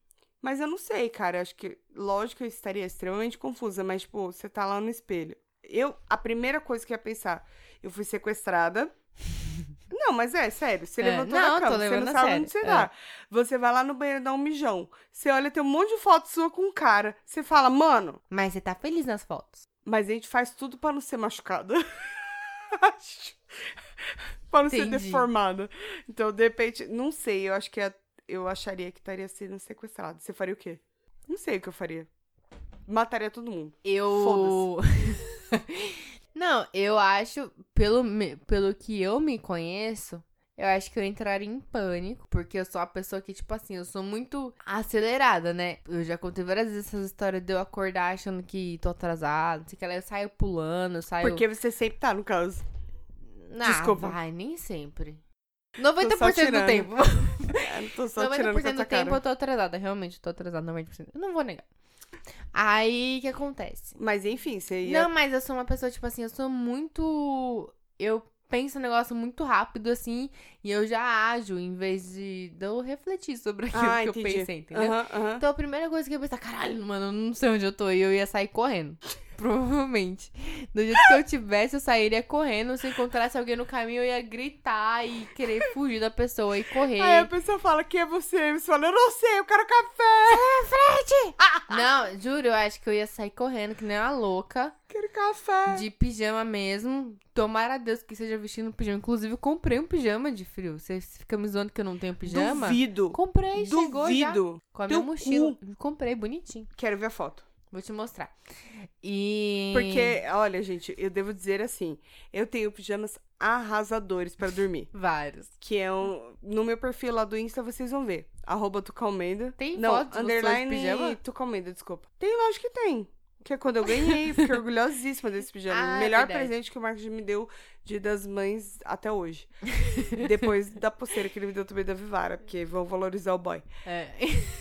Mas eu não sei, cara. Eu acho que, lógico, eu estaria extremamente confusa. Mas, tipo, você tá lá no espelho. Eu, a primeira coisa que eu ia pensar, eu fui sequestrada. Não, mas é sério, você
É,
levantou
não,
da
eu tô
cama, você
lembrando
não sabe
sério,
onde você
é.
tá. Você vai lá no banheiro dar um mijão. Você olha, tem um monte de foto sua com um cara. Você fala, mano,
Mas você tá feliz nas fotos.
mas a gente faz tudo pra não ser machucada. Acho. pra não ser
Entendi.
deformada. Então, de repente, não sei, eu acho que a- eu acharia que estaria sendo sequestrado. Você faria o quê? Não sei o que eu faria. Mataria todo mundo.
Eu. Não, eu acho, pelo, me- pelo que eu me conheço, eu acho que eu entraria em pânico, porque eu sou uma pessoa que, tipo assim, eu sou muito acelerada, né? Eu já contei várias vezes essas histórias de eu acordar achando que tô atrasada, não sei o que lá, eu saio pulando, Ah, eu saio.
Porque você sempre tá, no caso.
Não,
Desculpa.
vai, nem sempre.
Tô só
90% do
tirando.
tempo.
É, não tô só tirando com
90%
a
do
tua
tempo
cara.
eu tô atrasada, realmente eu tô atrasada 90%. Eu não vou negar. Aí, o que acontece?
Mas enfim, você ia.
Não, mas eu sou uma pessoa, tipo assim, eu sou muito. Eu penso um negócio muito rápido, assim, e eu já ajo, em vez de de eu refletir sobre aquilo
Ah,
que eu
entendi.
pensei, entendeu?
Aham, aham.
Então a primeira coisa que eu ia pensar, caralho, mano, eu não sei onde eu tô, e eu ia sair correndo. Provavelmente. Do jeito que eu tivesse, eu sairia correndo. Se eu encontrasse alguém no caminho, eu ia gritar e querer fugir da pessoa e correr.
Aí a pessoa fala, quem é você? Você fala, eu não sei, eu quero café,
Não, juro, eu acho que eu ia sair correndo, que nem uma louca.
eu quero café.
De pijama mesmo. Tomara a Deus que seja vestindo pijama. Inclusive, eu comprei um pijama de frio. Você fica me zoando que eu não tenho pijama?
Duvido.
Comprei, chegou já.
Duvido.
Com a minha
Teu
mochila. Comprei, bonitinho.
Quero ver a foto.
Vou te mostrar. E...
Porque, olha, gente, eu devo dizer assim, eu tenho pijamas arrasadores pra dormir.
Vários.
Que é um. No meu perfil lá do Insta, vocês vão ver. Arroba Tucalmenda.
Tem
Não,
foto de você de
underline
pijama?
Tucalmenda, desculpa. Tem, lógico que tem. Que é quando eu ganhei, fiquei orgulhosíssima desse pijama.
Ah, é
Melhor
verdade.
presente que o Marcos me deu de das mães até hoje. Depois da pulseira que ele me deu também da Vivara, porque vão valorizar o boy.
É.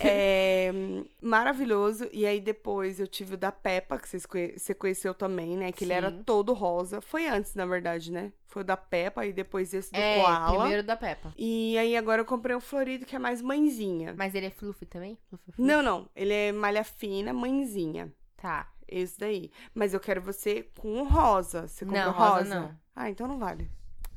É hum, maravilhoso. E aí depois eu tive o da Peppa, que vocês conhe- você conheceu também, né? Que ele era
Sim.
todo rosa. Foi antes, na verdade, né? Foi o da Peppa e depois esse do
É,
Koala.
primeiro da Peppa.
E aí agora eu comprei o florido, que é mais mãezinha.
Mas ele é fluffy também? Fluffy, fluffy.
Não, não. Ele é malha fina, mãezinha.
Tá.
Esse daí. Mas eu quero você com o rosa. Você comprou
Não, rosa
rosa?
não.
Ah, então não vale.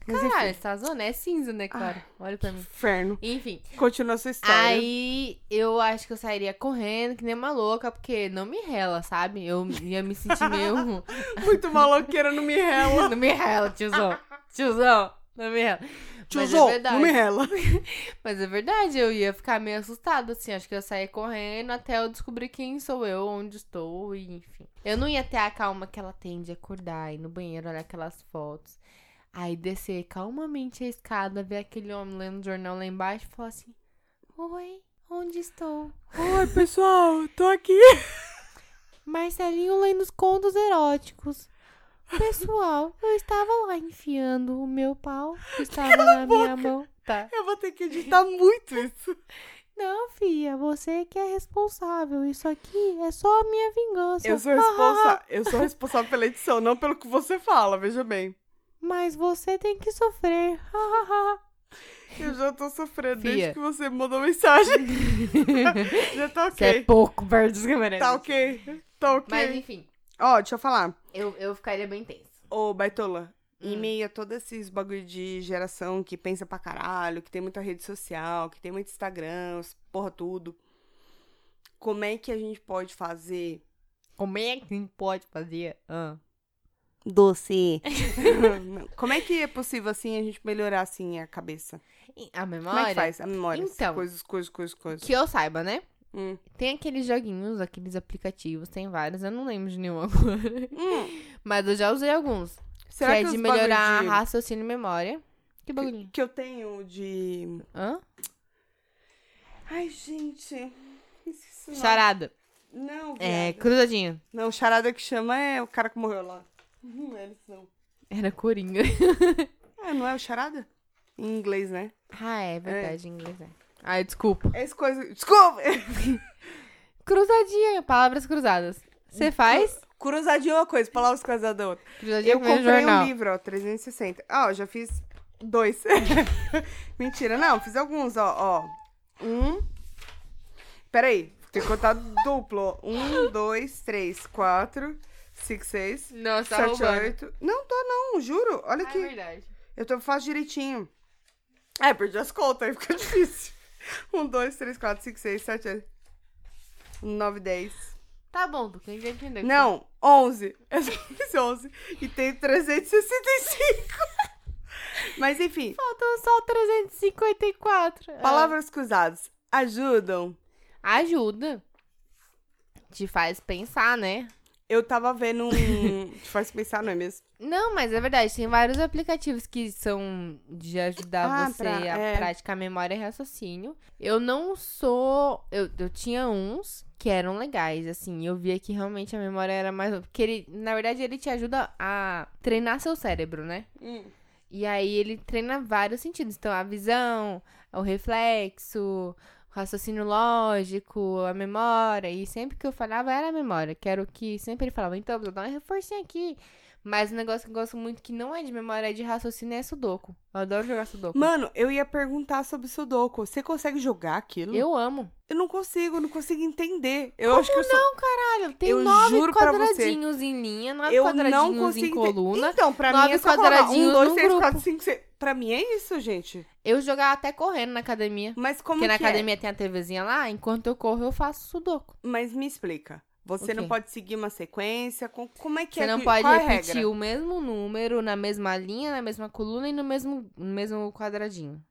Mas Ah.
Caralho, essa zona é cinza, né, Clara? Olha pra
enfim,
mim.
inferno.
Enfim,
Continua a sua história.
Aí eu acho que eu sairia correndo, que nem uma louca, porque não me rela, sabe? Eu ia me sentir meio.
Muito maloqueira, não me rela.
não me rela, tiozão. Tiozão, não me rela.
Tiozão,
Mas é verdade.
não me rela.
Mas é verdade, eu ia ficar meio assustada, assim. Acho que eu ia sair correndo até eu descobrir quem sou eu, onde estou, e enfim. Eu não ia ter a calma que ela tem de acordar, ir no banheiro, olhar aquelas fotos. Aí descer calmamente a escada, ver aquele homem lendo jornal lá embaixo e falar assim: Oi, onde estou?
Oi, pessoal, tô aqui.
Marcelinho lendo os contos eróticos. Pessoal, eu estava lá enfiando o meu pau, que estava na minha mão. Tá.
Eu vou ter que editar muito isso.
Não, filha, você que é responsável. Isso aqui é só a minha vingança.
Eu sou, responsa... eu sou responsável pela edição, não pelo que você fala, veja bem.
Mas você tem que sofrer.
Eu já tô sofrendo
Fia.
desde que você mandou mensagem. já tá
Isso é
ok.
pouco perto dos câmeras.
Tá ok. Tá
Mas
ok.
enfim,
Ó, deixa eu falar.
eu, eu ficaria bem tensa.
Ô, Baitola, em
Hum.
meio a todo esses bagulho de geração que pensa pra caralho, que tem muita rede social, que tem muito Instagram, as porra tudo. Como é que a gente pode fazer
Como é que a gente pode fazer? Ah.
doce? Não. Como é que é possível, assim, a gente melhorar, assim, a cabeça?
A memória.
Como é que faz? A memória. assim,
Então.
Coisas, coisas, coisas, coisas.
Que eu saiba, né?
Hum.
Tem aqueles joguinhos, aqueles aplicativos, tem vários, eu não lembro de nenhum agora.
Hum,
Mas eu já usei alguns.
Será
que é
os
de
bagulho
melhorar
de-
raciocínio e memória. Que bagulhinho?
que eu tenho de...
Hã?
Ai, gente... esqueci o nome.
Charada.
Não,
É,
viado.
cruzadinha.
Não, charada que chama é o cara que morreu lá. Não é isso, não.
Era coringa.
Ah, não é o charada? Em inglês, né?
Ah, é verdade, em inglês é. Ai, desculpa.
É essa coisa. Desculpa!
Cruzadinha, palavras cruzadas. Você faz?
Cruzadinha é uma coisa, palavras cruzadas da outra.
Cruzadinha
Eu
com o
comprei
jornal.
um livro, ó, 360. Ah, eu já fiz dois. Mentira, não, fiz alguns, ó, ó. Um. Peraí, tem que contar duplo. ó. Um, dois, três, quatro, cinco, seis,
Não, você tá
sete,
roubando.
oito. Não tô, não, juro. Olha
Ah, é
aqui.
verdade.
Eu tô, faço direitinho. É, perdi as contas, aí fica difícil. Um, dois, três, quatro, cinco, seis, sete, oito. Nove, dez.
Tá bom, Duca, a gente já entendeu.
Não, 11. Eu só fiz 11. E tem 365. Mas enfim,
Faltam só 354. Ah.
palavras cruzadas ajudam.
Ajuda. Te faz pensar, né?
Eu tava vendo um. Te faz pensar, não é mesmo?
Não, mas é verdade, tem vários aplicativos que são de ajudar
Ah,
você
pra-
a
é.
praticar memória e raciocínio. Eu não sou. Eu, eu tinha uns que eram legais, assim. Eu via que realmente a memória era mais. Porque ele, na verdade, ele te ajuda a treinar seu cérebro, né?
Hum.
E aí ele treina vários sentidos. Então, a visão, o reflexo, o raciocínio lógico, a memória. E sempre que eu falava era a memória, que era o que sempre ele falava. Então, vou dar um reforcinho aqui. Mas um negócio que eu gosto muito que não é de memória, é de raciocínio, é sudoku. Eu adoro jogar sudoku.
Mano, eu ia perguntar sobre Sudoku. Você consegue jogar aquilo?
Eu amo.
Eu não consigo, eu não consigo entender. Eu acho que eu sou.
Caralho, tem
Eu
nove
juro pra você,
quadradinhos em linha, nove
eu não
quadradinhos em
consigo. ente-
coluna.
Então, pra mim
nove
é só colocar um,
quadradinhos
dois,
num
três,
grupo.
quatro, cinco, seis. Pra mim é isso, gente.
Eu jogava até correndo na academia.
Mas como
Porque na
que é?
academia tem a TVzinha lá, enquanto eu corro, eu faço sudoku.
Mas me explica. Você
O
não
quê?
pode seguir uma sequência? Com- Como é que
Você
é?
não
que-
pode
qual é a
repetir
regra?
o mesmo número na mesma linha, na mesma coluna e no mesmo, no mesmo quadradinho.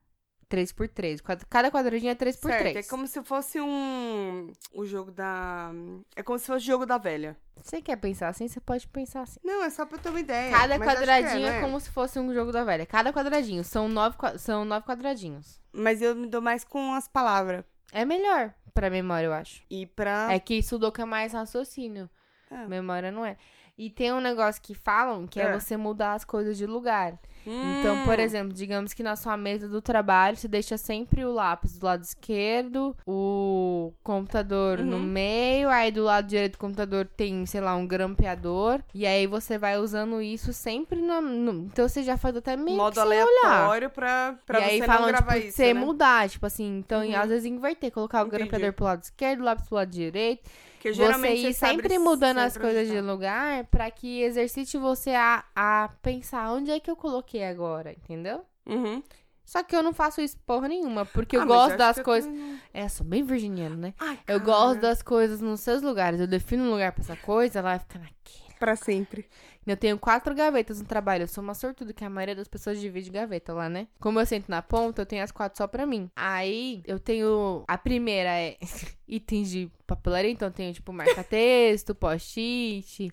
3x3. Cada quadradinho é 3x3.
Certo, é como se fosse um. O jogo da. É como se fosse o jogo da velha.
Você quer pensar assim? Você pode pensar assim.
Não, é só pra eu ter uma ideia.
Cada
mas acho que
quadradinho
é,
é,
não é?
como se fosse um jogo da velha. Cada quadradinho. São nove, qua- são nove quadradinhos.
Mas eu me dou mais com as palavras.
É melhor pra memória, eu acho.
E pra.
É que Sudoku é mais raciocínio.
Ah.
Memória não é. E tem um negócio que falam que é
É. Hum.
você mudar as coisas de lugar. Então, por exemplo, digamos que na sua mesa do trabalho você deixa sempre o lápis do lado esquerdo, o computador no
Uhum.
meio, aí do lado direito do computador tem, sei lá, um grampeador, e aí você vai usando isso sempre na. no- Então você já faz até meio.
modo
que sem olhar.
aleatório pra, pra
e
você
aí
não
falam,
gravar
tipo,
isso.
você
né?
mudar, tipo assim, então
Uhum.
às vezes inverter, colocar o
Entendi.
grampeador pro lado esquerdo, o lápis pro lado direito.
Porque
Você
geralmente
ir
sabe
sempre mudando as
sempre
coisas
onde
de
tá.
lugar pra que exercite você a, a pensar onde é que eu coloquei agora, entendeu?
Uhum.
Só que eu não faço isso porra nenhuma, porque
Ah,
eu
mas
gosto
acho
das
que eu
coisas.
também- Ah,
É, sou bem virginiano, né?
Ai, cara,
Eu gosto das coisas nos seus lugares. Eu defino um lugar pra essa coisa, ela vai ficar naquele.
Pra sempre.
Eu tenho quatro gavetas no trabalho. Eu sou uma sortuda, que a maioria das pessoas divide gaveta lá, né? Como eu sento na ponta, eu tenho as quatro só pra mim. Aí, eu tenho. A primeira é itens de papelaria, então eu tenho, tipo, marca-texto, post-it,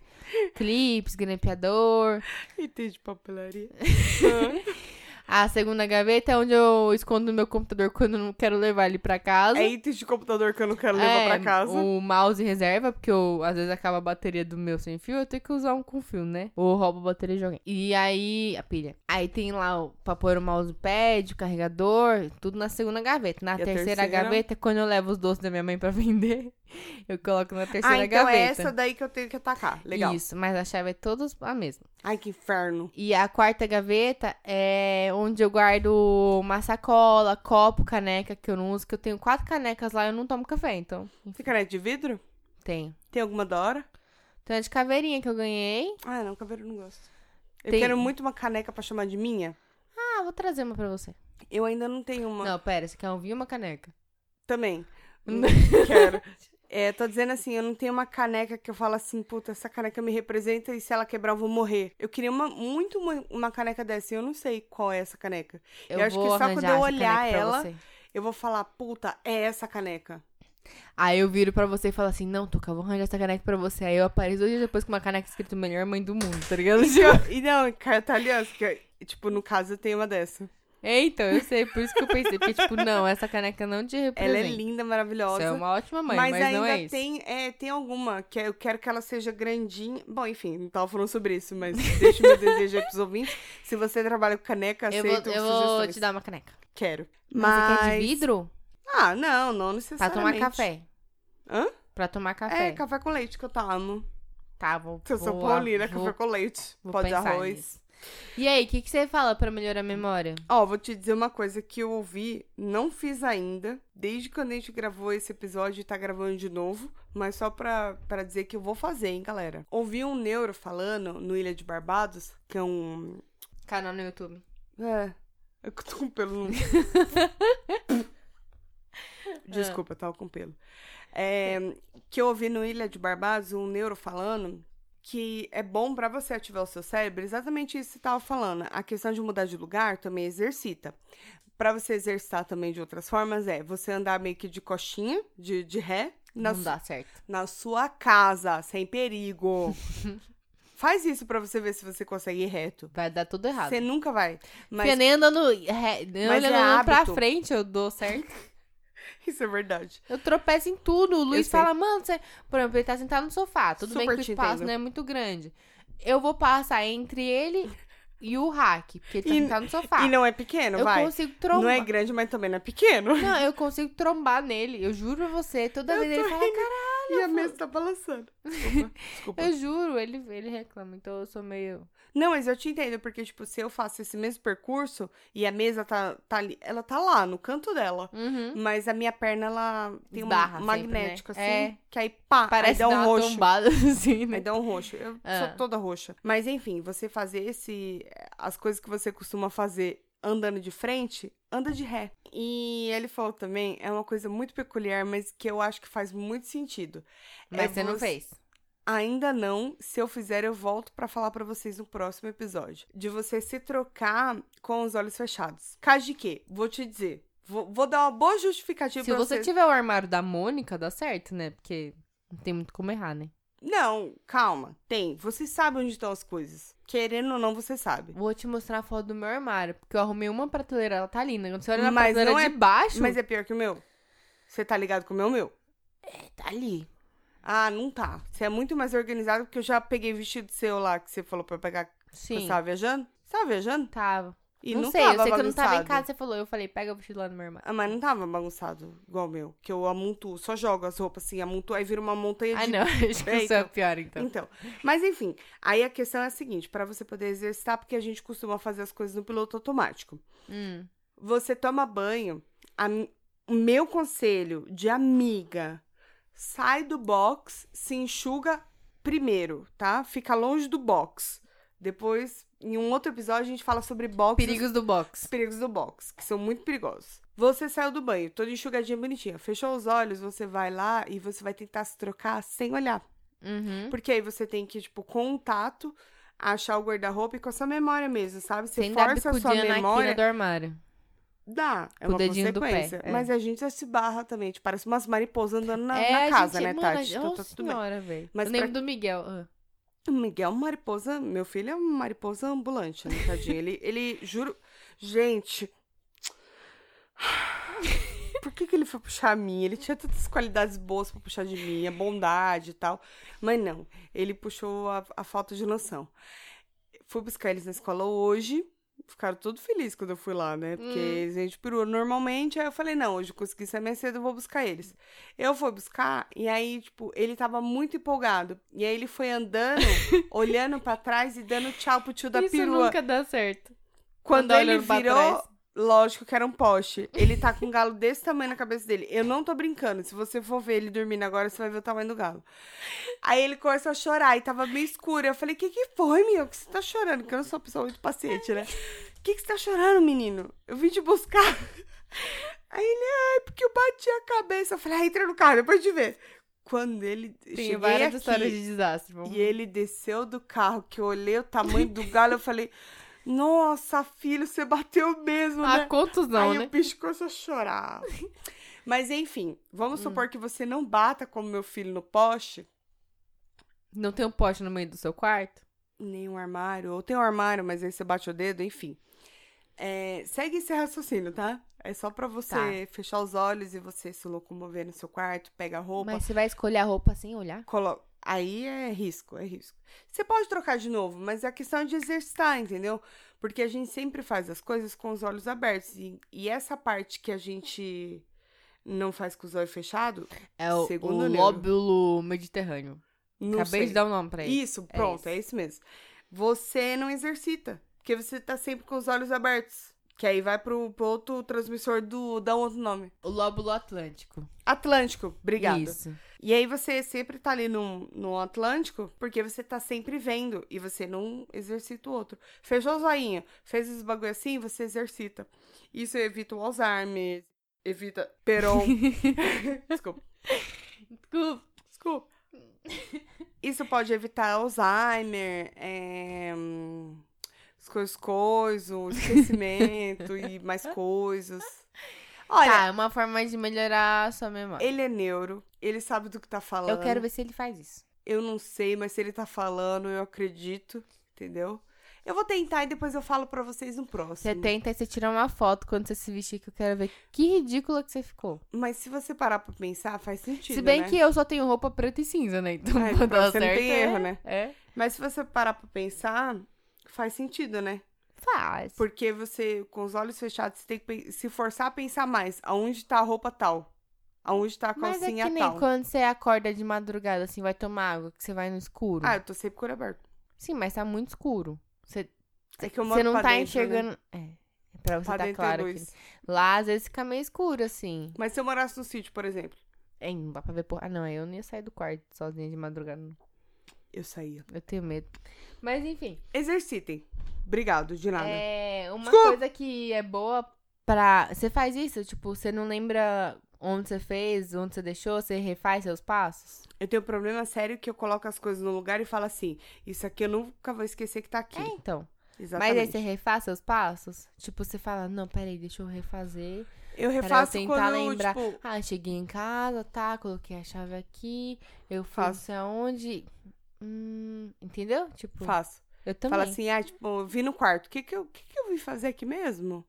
clips, grampeador.
E tem de papelaria.
A segunda gaveta é onde eu escondo meu computador quando eu não quero levar ele pra casa.
É itens de computador que eu não quero levar
É,
pra casa.
O mouse reserva, porque eu, às vezes acaba a bateria do meu sem fio, eu tenho que usar um com fio, né? Ou roubo a bateria de alguém. E aí, a pilha. Aí tem lá o, pra pôr o mousepad, o carregador, tudo na segunda gaveta. Na
E a
terceira,
terceira?
gaveta é quando eu levo os doces da minha mãe pra vender. Eu coloco na terceira
Ah, então
gaveta.
é essa daí que eu tenho que atacar. Legal.
Isso, mas a chave é todas a mesma.
Ai, que inferno.
E a quarta gaveta é onde eu guardo uma sacola, copo, caneca que eu não uso, que eu tenho quatro canecas lá e eu não tomo café, então
Tem caneta de vidro?
tenho.
Tem alguma da hora?
Então é de caveirinha que eu ganhei.
Ah, não, caveira eu não gosto. Eu
Tem-
quero muito uma caneca pra chamar de minha.
Ah, vou trazer uma pra você.
Eu ainda não tenho uma.
Não, pera, você quer ouvir uma caneca?
Também. Não quero. É, tô dizendo assim, eu não tenho uma caneca que eu falo assim, puta, essa caneca me representa e se ela quebrar eu vou morrer. Eu queria uma, muito uma, uma caneca dessa e eu não sei qual é essa caneca. Eu acho que só
arranjar
quando eu
essa
olhar
caneca pra
ela-
você.
Eu vou falar, puta, é essa caneca.
Aí eu viro pra você e falo assim: Não, Tuca, eu vou arranjar essa caneca pra você. Aí eu apareço dois dias depois com uma caneca escrito Melhor Mãe do Mundo, tá ligado?
é E não, e não, cara, tá aliança, que, tipo, no caso eu tenho uma dessa.
É, então, eu sei, por isso que eu pensei. Porque, tipo, não, essa caneca não te
Ela
representa.
é linda,
Você
maravilhosa.
é uma ótima mãe, mas,
mas, ainda
não é isso.
tem, é, tem alguma que eu quero que ela seja grandinha. Bom, enfim, não tava falando sobre isso, mas deixa o meu desejo aí pros ouvintes. Se você trabalha com caneca,
Eu,
aceito
vou, eu vou
sugestões.
te dar uma caneca.
Quero.
Mas... Você quer de vidro?
Ah, não, não
Pra
necessariamente.
tomar café.
Hã?
Pra tomar
É,
café.
café com leite que eu tomo.
Tá, vou.
Que eu sou
vou-
paulina,
vou-
café com leite,
vou
pó de
pensar
arroz.
nisso. E aí, o que, que você fala pra melhorar a memória?
Ó, vou te dizer uma coisa que eu ouvi, não fiz ainda, desde quando a gente gravou esse episódio e tá gravando de novo, mas só pra, pra dizer que eu vou fazer, hein, galera. Ouvi um neuro falando no Ilha de Barbados, que é um.
Canal no YouTube.
É. Eu tô com pelo. no- Desculpa, eu tava com pelo. É, que eu ouvi no Ilha de Barbados um neuro falando que é bom pra você ativar o seu cérebro, exatamente isso que você tava falando. A questão de mudar de lugar também exercita. Pra você exercitar também de outras formas é você andar meio que de coxinha, de, de ré, na,
Não
su-
dá certo.
na sua casa, sem perigo. Faz isso pra você ver se você consegue ir reto.
Vai dar tudo errado.
Você nunca vai.
Porque
Mas
nem andando, é, nem
Mas é
olhando pra
hábito.
frente eu dou certo.
isso é verdade.
Eu tropeço em tudo. O Luiz
sei.
fala, mano, você... Por exemplo, ele tá sentado no sofá. Tudo bem
Super
que o
te
espaço
entendo.
não é muito grande. Eu vou passar entre ele e o hack. Porque ele tá
E-
sentado no sofá.
E não é pequeno,
eu
vai.
consigo trombar.
Não é grande, mas também não é pequeno.
Não, eu consigo trombar nele. Eu juro pra você. Toda vez ele fala, cara,
E a mesa tá balançando. Desculpa. Desculpa.
eu juro. Ele, ele reclama. Então eu sou meio.
Não, mas eu te entendo, porque, tipo, se eu faço esse mesmo percurso e a mesa tá, tá ali, ela tá lá, no canto dela.
Uhum.
Mas a minha perna, ela tem um
Esbarra sempre,
magnético,
né?
assim, que aí pá,
Parece
aí dá
dar
um
uma
roxo.
tombada assim,
Aí
né?
dá um roxo. Eu
Ah.
sou toda roxa. Mas enfim, você fazer esse. As coisas que você costuma fazer andando de frente, anda de ré. E ele falou também, é uma coisa muito peculiar, mas que eu acho que faz muito sentido.
Mas
É
você não
você-
fez.
Ainda não. Se eu fizer, eu volto pra falar pra vocês no próximo episódio. De você se trocar com os olhos fechados. Caso de quê? Vou te dizer. Vou, vou dar uma boa justificativa
Se
pra
você
vocês.
tiver o armário da Mônica, dá certo, né? Porque não tem muito como errar, né?
Não, calma. Tem. Você sabe onde estão as coisas. Querendo ou não, você sabe.
Vou te mostrar a foto do meu armário, porque eu arrumei uma prateleira, ela tá linda. Quando você olha na
Mas
prateleira
não é-
de baixo,
Mas é pior que o meu. Você tá ligado com o meu, meu?
tá ali.
Ah, não tá. Você é muito mais organizado porque eu já peguei vestido seu lá que você falou pra eu pegar. que
Sim,
Você tava viajando? Você tava viajando?
tava.
E
não,
não,
sei, eu sei
tava
que eu não tava em
bagunçado.
casa, você falou, eu falei, pega o vestido lá no meu armário.
Ah, mas não tava bagunçado igual o meu. Que eu amonto, só jogo as roupas assim, amonto, aí vira uma montanha de.
Ah, não, acho que
É,
isso é o pior, então.
Então, mas enfim, aí a questão é a seguinte, pra você poder exercitar, porque a gente costuma fazer as coisas no piloto automático.
Hum,
Você toma banho, a mi- o meu conselho de amiga, sai do box, se enxuga primeiro, tá? Fica longe do box. Depois, em um outro episódio, a gente fala sobre box e os
Perigos do
os
box.
perigos do box, que são muito perigosos. Você saiu do banho, toda enxugadinha, bonitinha. Fechou os olhos, você vai lá e você vai tentar se trocar sem olhar.
Uhum.
Porque aí você tem que, tipo, contato, achar o guarda-roupa e com a sua memória mesmo, sabe? Você
Sem dar né?
força a sua
bicudinha na quina
memória.
do armário.
Dá, é
Com o
uma
dedinho do pé,
consequência.
é.
Mas a gente já se barra também, tipo, parece umas mariposas andando na,
é,
na
a
casa,
gente,
né,
mano,
Tati?
a-
Então
Ô,
tá tudo bem.
senhora, velho.
Mas
Eu lembro
pra-
do Miguel. ah.
O Miguel é uma mariposa, meu filho é uma mariposa ambulante, né, tadinho? ele, ele, juro. Gente. Por que, que ele foi puxar a minha? Ele tinha tantas qualidades boas pra puxar de mim, a bondade e tal. Mas não, ele puxou a, a falta de noção. Fui buscar eles na escola hoje. Ficaram todos felizes quando eu fui lá, né? Porque
Hum.
eles a gente perua normalmente. Aí eu falei, não, hoje eu consegui sair mais cedo, eu vou buscar eles. Eu fui buscar, e aí, tipo, ele tava muito empolgado. E aí ele foi andando, olhando pra trás e dando tchau pro tio da
Isso
perua.
nunca dá certo.
Quando
Andar
ele
olhando pra
virou,
trás.
lógico que era um poste. Ele tá com um galo desse tamanho na cabeça dele. Eu não tô brincando. Se você for ver ele dormindo agora, você vai ver o tamanho do galo. Aí ele começou a chorar e tava meio escuro. Eu falei, o que que foi, meu? O que você tá chorando? Porque eu não sou uma pessoa muito paciente, né? O que que você tá chorando, menino? Eu vim te buscar. Aí ele, ai, porque eu bati a cabeça. Eu falei, ah, entra no carro, depois te vê. Quando ele
Tem
cheguei
várias
aqui,
histórias de desastre. vamos
e ele desceu do carro, que eu olhei o tamanho do galo, eu falei, nossa, filho, você bateu mesmo,
Ah,
né?
contos não,
Aí
né?
o bicho começou a chorar. Mas enfim,
Hum.
vamos supor que você não bata como meu filho no poste,
Não tem um poste no meio do seu quarto?
nem um armário, ou tem um armário, mas aí você bate o dedo, enfim. É, segue esse raciocínio, tá? É só pra você
Tá.
fechar os olhos e você se locomover no seu quarto, pega a roupa,
Mas você vai escolher a roupa sem olhar?
colo- Aí é risco, é risco. Você pode trocar de novo, mas a questão é de exercitar, entendeu? Porque a gente sempre faz as coisas com os olhos abertos. E, e essa parte que a gente não faz com os olhos fechados,
É o,
Segundo
o
livro.
lóbulo mediterrâneo.
não
Acabei
sei.
de dar o nome pra ele.
Isso, pronto,
isso.
é isso. mesmo. Você não exercita, porque você tá sempre com os olhos abertos. Que aí vai pro, pro outro transmissor do. dá um outro nome.
O lóbulo atlântico.
Atlântico, obrigado.
Isso.
E aí você sempre tá ali no, no Atlântico, porque você tá sempre vendo e você não exercita o outro. Fechou o zoinho, fez os bagulho assim, você exercita. Isso evita o Alzheimer, evita peron. Desculpa.
Desculpa.
Desculpa. Isso pode evitar Alzheimer, é... hum, os cois- coiso, esquecimento e mais coisas. Olha,
Tá, é uma forma de melhorar a sua memória.
ele é neuro, ele sabe do que tá falando.
Eu quero ver se ele faz isso.
Eu não sei, mas se ele tá falando, eu acredito, entendeu? Eu vou tentar e depois eu falo pra vocês no
Você
próximo.
tenta e você tira uma foto quando você se vestir, que eu quero ver que ridícula que você ficou.
Mas se você parar pra pensar, faz sentido,
se bem
né?
que eu só tenho roupa preta e cinza, né? Então,
É,
quando
pra
ela
você não
acerta,
tem
é-
erro, né?
É.
Mas se você parar pra pensar, faz sentido, né?
Faz.
Porque você, com os olhos fechados, você tem que pe- se forçar a pensar mais. Aonde tá a roupa tal? Aonde tá a
Mas é que
calcinha
nem
tal?
quando você acorda de madrugada, assim, vai tomar água, que você vai no escuro.
Ah, eu tô sempre com o olho aberto.
Sim, mas tá muito escuro. Você,
É que eu
você
mando
não
pra
tá
dentro, né?
enxergando. É. Pra você
Pra
tá
dentro é
claro
luz.
que. Lá, às vezes, fica meio escuro, assim.
Mas se eu morasse no sítio, por exemplo,
É, não dá pra ver porra. Ah, não, aí eu não ia sair do quarto sozinha de madrugada. não.
eu saía.
Eu tenho medo. Mas enfim.
Exercitem. Obrigado, de nada.
É, uma
Desculpa.
coisa que é boa pra. Você faz isso? Tipo, você não lembra onde você fez, onde você deixou, você refaz seus passos?
Eu tenho um problema sério que eu coloco as coisas no lugar e falo assim: isso aqui eu nunca vou esquecer que tá aqui.
É, então.
Exatamente.
Mas aí você refaz seus passos? Tipo, você fala, não, peraí, deixa eu refazer.
eu
eu
refaço
tentar
quando
lembrar.
tipo,
Ah, cheguei em casa, tá, coloquei a chave aqui, eu faço
Faço.
não sei aonde. Hum, entendeu? Tipo,
faço.
eu também.
Falo assim: ah, tipo, eu vim no quarto, o que que eu, o que que eu vim fazer aqui mesmo?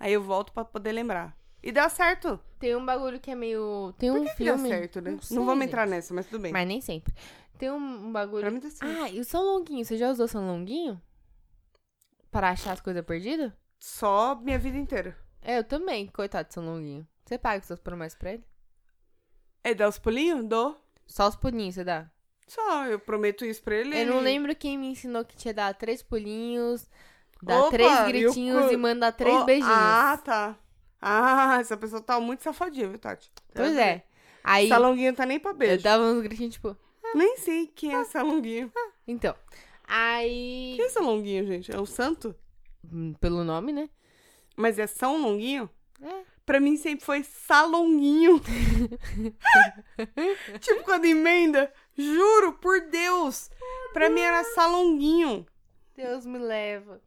Aí eu volto pra poder lembrar. E dá certo.
Tem um bagulho que é meio. Tem um
Por que que dá
filme.
certo, né?
Não
Não,
sei,
vamos
gente.
entrar nessa, mas tudo bem.
Mas nem sempre. Tem um um bagulho
Pra mim tá certo.
Ah, e o São Longuinho? Você já usou São Longuinho? Para achar as coisas perdidas?
Só minha vida inteira.
É, eu também, coitado do São Longuinho. Você paga suas promessas pra ele?
É dar os pulinhos? Dou.
Só os pulinhos você dá.
Só, eu prometo isso pra ele.
Eu não
ele-
lembro quem me ensinou que tinha que dar três pulinhos, dar
Opa,
três
e o
gritinhos
cu-
e, mandar três
Oh,
beijinhos.
Ah, tá. Ah, essa pessoa tá muito safadinha, viu, Tati? Tá
pois é. Aí
Essa longuinha tá nem pra
eu
beijo.
dava uns gritinhos, tipo.
Nem sei quem
Ah.
é essa longuinha.
Então. Aí.
Quem é essa longuinha, gente? É o santo?
Hum, Pelo nome, né?
Mas é São Longuinho?
É.
Pra mim sempre foi Salonguinho. tipo quando emenda. Juro, por Deus. Pra mim era Salonguinho.
Deus me leva.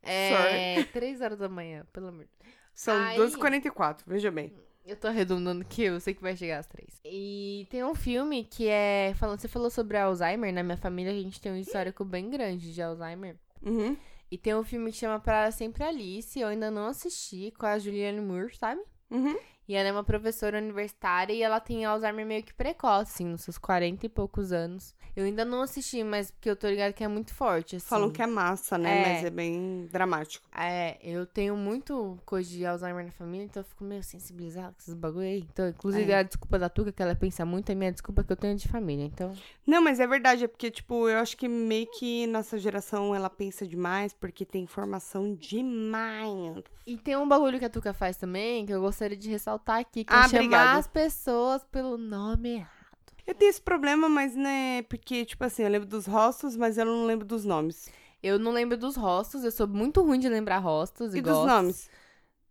É. Três horas da manhã, pelo amor de
São
Aí-
12h44, veja bem.
Eu tô arredondando que eu sei que vai chegar às três. E tem um filme que é. Falando, você falou sobre Alzheimer, na minha família a gente tem um histórico bem grande de Alzheimer.
Uhum.
E tem um filme que chama Para Sempre Alice, eu ainda não assisti, com a Julianne Moore, sabe?
Uhum.
E ela é uma professora universitária e ela tem Alzheimer meio que precoce, assim, nos seus 40 e poucos anos. Eu ainda não assisti, mas porque eu tô ligada que é muito forte, assim.
Falam que é massa, né?
É.
Mas é bem dramático.
É, eu tenho muito coisa de Alzheimer na família, então eu fico meio sensibilizada com esses bagulho aí. Então, inclusive,
É.
a desculpa da Tuca, que ela pensa muito, é minha desculpa que eu tenho de família, então...
Não, mas é verdade, é porque, tipo, eu acho que meio que nossa geração, ela pensa demais, porque tem informação demais.
E tem um bagulho que a Tuca faz também, que eu gostaria de ressaltar aqui, que
Ah,
é chamar
obrigada.
as pessoas pelo nome errado.
Eu tenho esse problema, mas né, porque, tipo assim, eu lembro dos rostos, mas eu não lembro dos nomes.
Eu não lembro dos rostos, eu sou muito ruim de lembrar rostos e,
e dos
gostos.
nomes.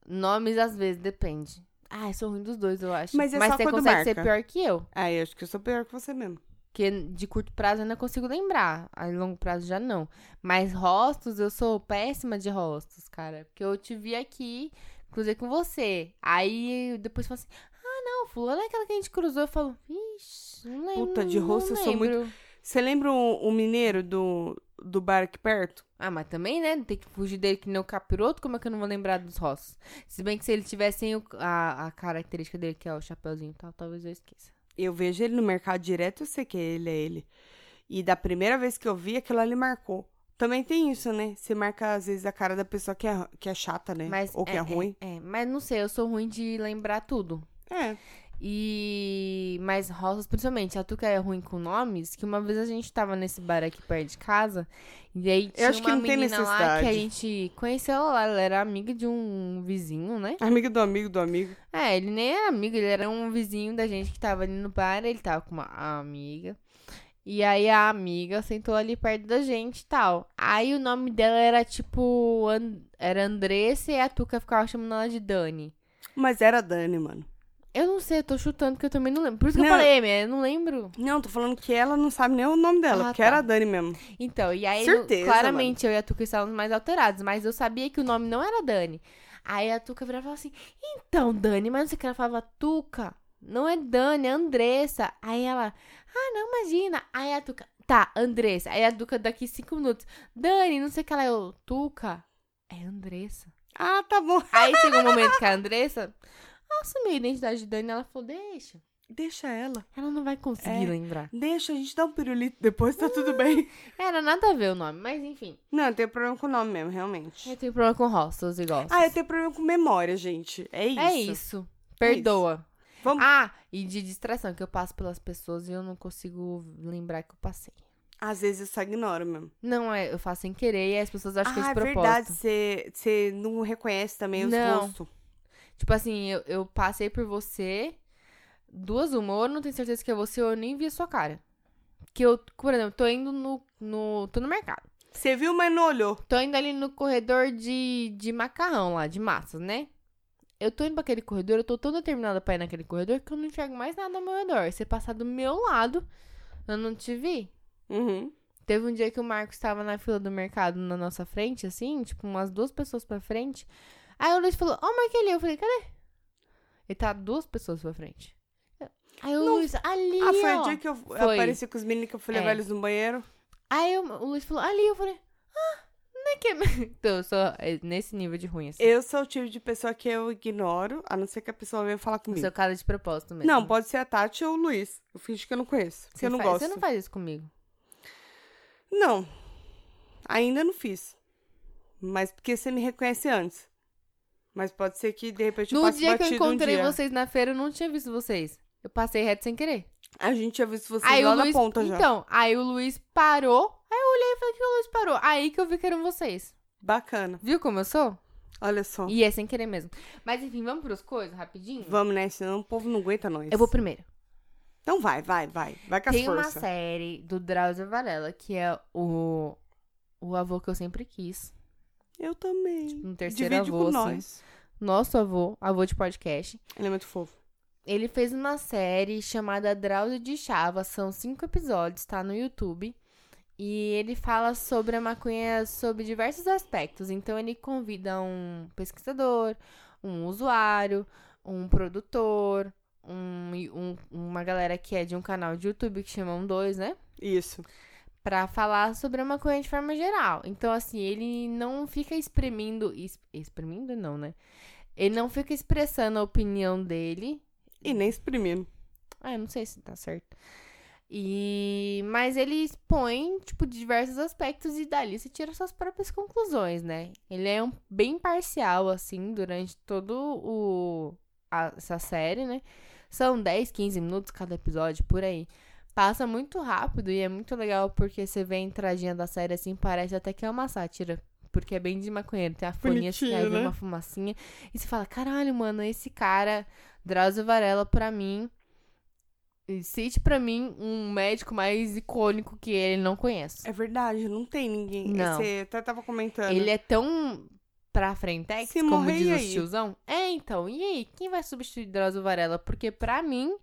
Nomes, às vezes, depende. Ah, eu sou ruim dos dois, eu acho.
Mas é só
você
quando
consegue ser
marca.
pior que eu,
Ah, eu acho que eu sou pior que você mesmo.
que de curto prazo eu ainda consigo lembrar, a longo prazo já não. Mas rostos, eu sou péssima de rostos, cara. Porque eu te vi aqui, cruzei com você. Aí depois fala assim, ah, não, fulano é aquela que a gente cruzou. Eu falo, ixi, não lembro.
Puta, de
não
rosto eu sou muito-
lembro."
Você lembra o, o mineiro do, do bar aqui perto?
Ah, mas também, né? Tem que fugir dele que nem o capiroto, como é que eu não vou lembrar dos rostos? Se bem que se ele tivesse sem o- a, a característica dele, que é o chapeuzinho e tal, talvez eu esqueça.
Eu vejo ele no mercado direto, eu sei que ele é ele. E da primeira vez que eu vi, aquilo ali marcou. Também tem isso, né? Você marca, às vezes, a cara da pessoa que é, que é chata, né?
Mas
Ou que é, ruim.
É, mas não sei, eu sou ruim de lembrar tudo.
É.
E. Mas rostos, principalmente, a Tuca é ruim com nomes, que uma vez a gente tava nesse bar aqui perto de casa, e aí tinha
acho que
uma
não tem
menina lá que a
necessidade.
gente conheceu ela lá, ela era amiga de um vizinho, né?
Amigo do amigo do amigo.
É, ele nem era amigo, ele era um vizinho da gente que tava ali no bar, ele tava com uma amiga. E aí a amiga sentou ali perto da gente e tal. Aí o nome dela era tipo. An- Era Andressa e a Tuca ficava chamando ela de Dani.
Mas era a Dani, mano.
Eu não sei, eu tô chutando que eu também não lembro. Por isso que eu
Não.
falei, minha, eu não lembro.
Não, tô falando que ela não sabe nem o nome dela,
Ah,
porque
tá.
era a Dani mesmo.
Então, e aí,
Certeza,
eu- claramente, eu e a Tuca estávamos mais alterados, mas eu sabia que o nome não era Dani. Aí a Tuca virava e falava assim, então, Dani, mas não sei o que ela falava, Tuca, não é Dani, é Andressa. Aí ela, ah, não, imagina. Aí a Tuca, tá, Andressa. Aí a Tuca, daqui cinco minutos, Dani, não sei o que ela, eu, Tuca, é Andressa.
Ah, tá bom.
Aí chegou um momento que a Andressa assumiu a identidade de Dani, ela falou, deixa,
Deixa ela.
ela não vai conseguir
É.
lembrar.
Deixa, a gente dá um pirulito depois, tá tudo bem.
Era nada a ver o nome, mas enfim.
Não, eu tenho problema com o nome mesmo, realmente.
Eu tenho problema com rostos e gostos.
Ah, eu tenho problema com memória, gente. É isso.
É isso. Perdoa.
Vamos-
Ah, e de distração, que eu passo pelas pessoas e eu não consigo lembrar que eu passei.
Às vezes eu só ignoro mesmo.
Não, é, eu faço sem querer e as pessoas acham que é
ah,
de
é
propósito.
verdade, você você não reconhece também os
Não.
rostos.
Tipo assim, eu, eu passei por você, duas uma, ou eu não tenho certeza que é você, ou eu nem vi a sua cara. Que eu, por exemplo, tô indo no, no. tô no mercado.
Você viu, mas não olhou.
Tô indo ali no corredor de, de macarrão lá, de massas, né? Eu tô indo pra aquele corredor, eu tô tão determinada pra ir naquele corredor que eu não enxergo mais nada ao meu redor. Você passar do meu lado, eu não te vi.
Uhum.
Teve um dia que o Marcos estava na fila do mercado na nossa frente, assim, tipo, umas duas pessoas pra frente. Aí o Luiz falou, ó, oh, Marquelinho. Eu falei, cadê? Ele tá duas pessoas pra frente. Aí o Luiz, ali,
Ah, foi
ó.
o dia que eu
Foi.
apareci com os meninos que eu fui levar
É.
eles no banheiro.
Aí o, o Luiz falou, ali. Eu falei, ah, não é que... é-" então, eu sou é, nesse nível de ruim, assim.
Eu sou o tipo de pessoa que eu ignoro, a não ser que a pessoa venha falar
Eu
comigo.
sou cara de propósito mesmo.
Não, pode ser a Tati ou o Luiz. Eu finge que eu não conheço. Que eu não
faz,
gosto.
Você não faz isso comigo.
Não. Ainda não fiz. Mas porque você me reconhece antes. Mas pode ser que de repente eu
no
passe
dia que eu
batido
encontrei
um dia.
vocês na feira, eu não tinha visto vocês. Eu passei reto sem querer.
A gente já viu vocês
Aí
lá
o Luiz,
na ponta já.
Então, aí o Luiz parou. Aí eu olhei e falei que o Luiz parou. Aí que eu vi que eram vocês.
Bacana.
Viu como eu sou?
Olha só.
E é sem querer mesmo. Mas enfim, vamos pros coisas rapidinho?
Oh. Vamos, né? Senão o povo não aguenta nós.
Eu vou primeiro.
Então vai, vai, vai. Vai com as
Tem uma
forças.
série do Drauzio Varela que é o o avô que eu sempre quis.
Eu também.
Um terceiro
Divide
avô,
com
assim.
nós.
Nosso avô, avô de podcast.
Ele é muito fofo.
Ele fez uma série chamada Drauzio de Chava, são cinco episódios, tá no YouTube. E ele fala sobre a maconha sob diversos aspectos. Então ele convida um pesquisador, um usuário, um produtor, um- um- uma galera que é de um canal de YouTube que chamam dois, né?
Isso.
Pra falar sobre a maconha de forma geral. Então, assim, ele não fica exprimindo. es- Exprimindo, não, né? Ele não fica expressando a opinião dele
E nem exprimindo.
ah, eu não sei se tá certo. E... Mas ele expõe, tipo, diversos aspectos e dali você tira suas próprias conclusões, né? Ele é um, bem parcial, assim, durante todo o... a- essa série, né? São 10, 15 minutos cada episódio, por aí. Passa muito rápido e é muito legal porque você vê a entradinha da série, assim, parece até que é uma sátira. Porque é bem de maconheiro, tem a folhinha assim,
Bonitinho,
aí vem
né?
uma fumacinha. E você fala, caralho, mano, esse cara, Drauzio Varela, pra mim... E Cite pra mim um médico mais icônico que ele não conhece.
É verdade, não tem ninguém.
Não.
Você até tava comentando.
Ele é tão pra frente, é,
Se
como
morrer,
diz
e
o
aí?
tiozão. É, então, e aí? Quem vai substituir Drauzio Varela? Porque pra mim,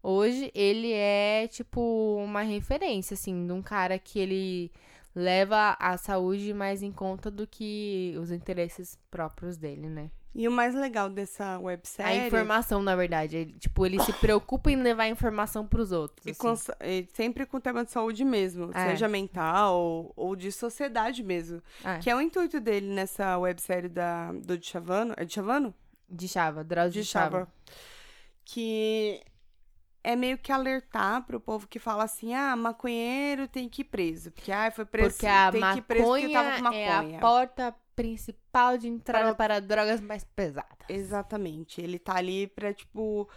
hoje, ele é, tipo, uma referência, assim, de um cara que ele leva a saúde mais em conta do que os interesses próprios dele, né?
E o mais legal dessa websérie.
A informação, na verdade. Ele, tipo, ele se preocupa em levar a informação pros outros.
E
assim.
com sa- e sempre com o tema de saúde mesmo,
É.
seja mental ou, ou de sociedade mesmo.
É.
Que é o intuito dele nessa websérie da, do Dichavano. É Dichavano?
De Chava, Drauzio de Chava.
Que é meio que alertar pro povo que fala assim: ah, maconheiro tem que ir preso. Porque, ah, foi preso.
Porque a
tem que ir preso porque tava com
maconha é
maconha.
a porta principal de entrada para drogas mais pesadas.
Exatamente. Ele tá ali pra, tipo.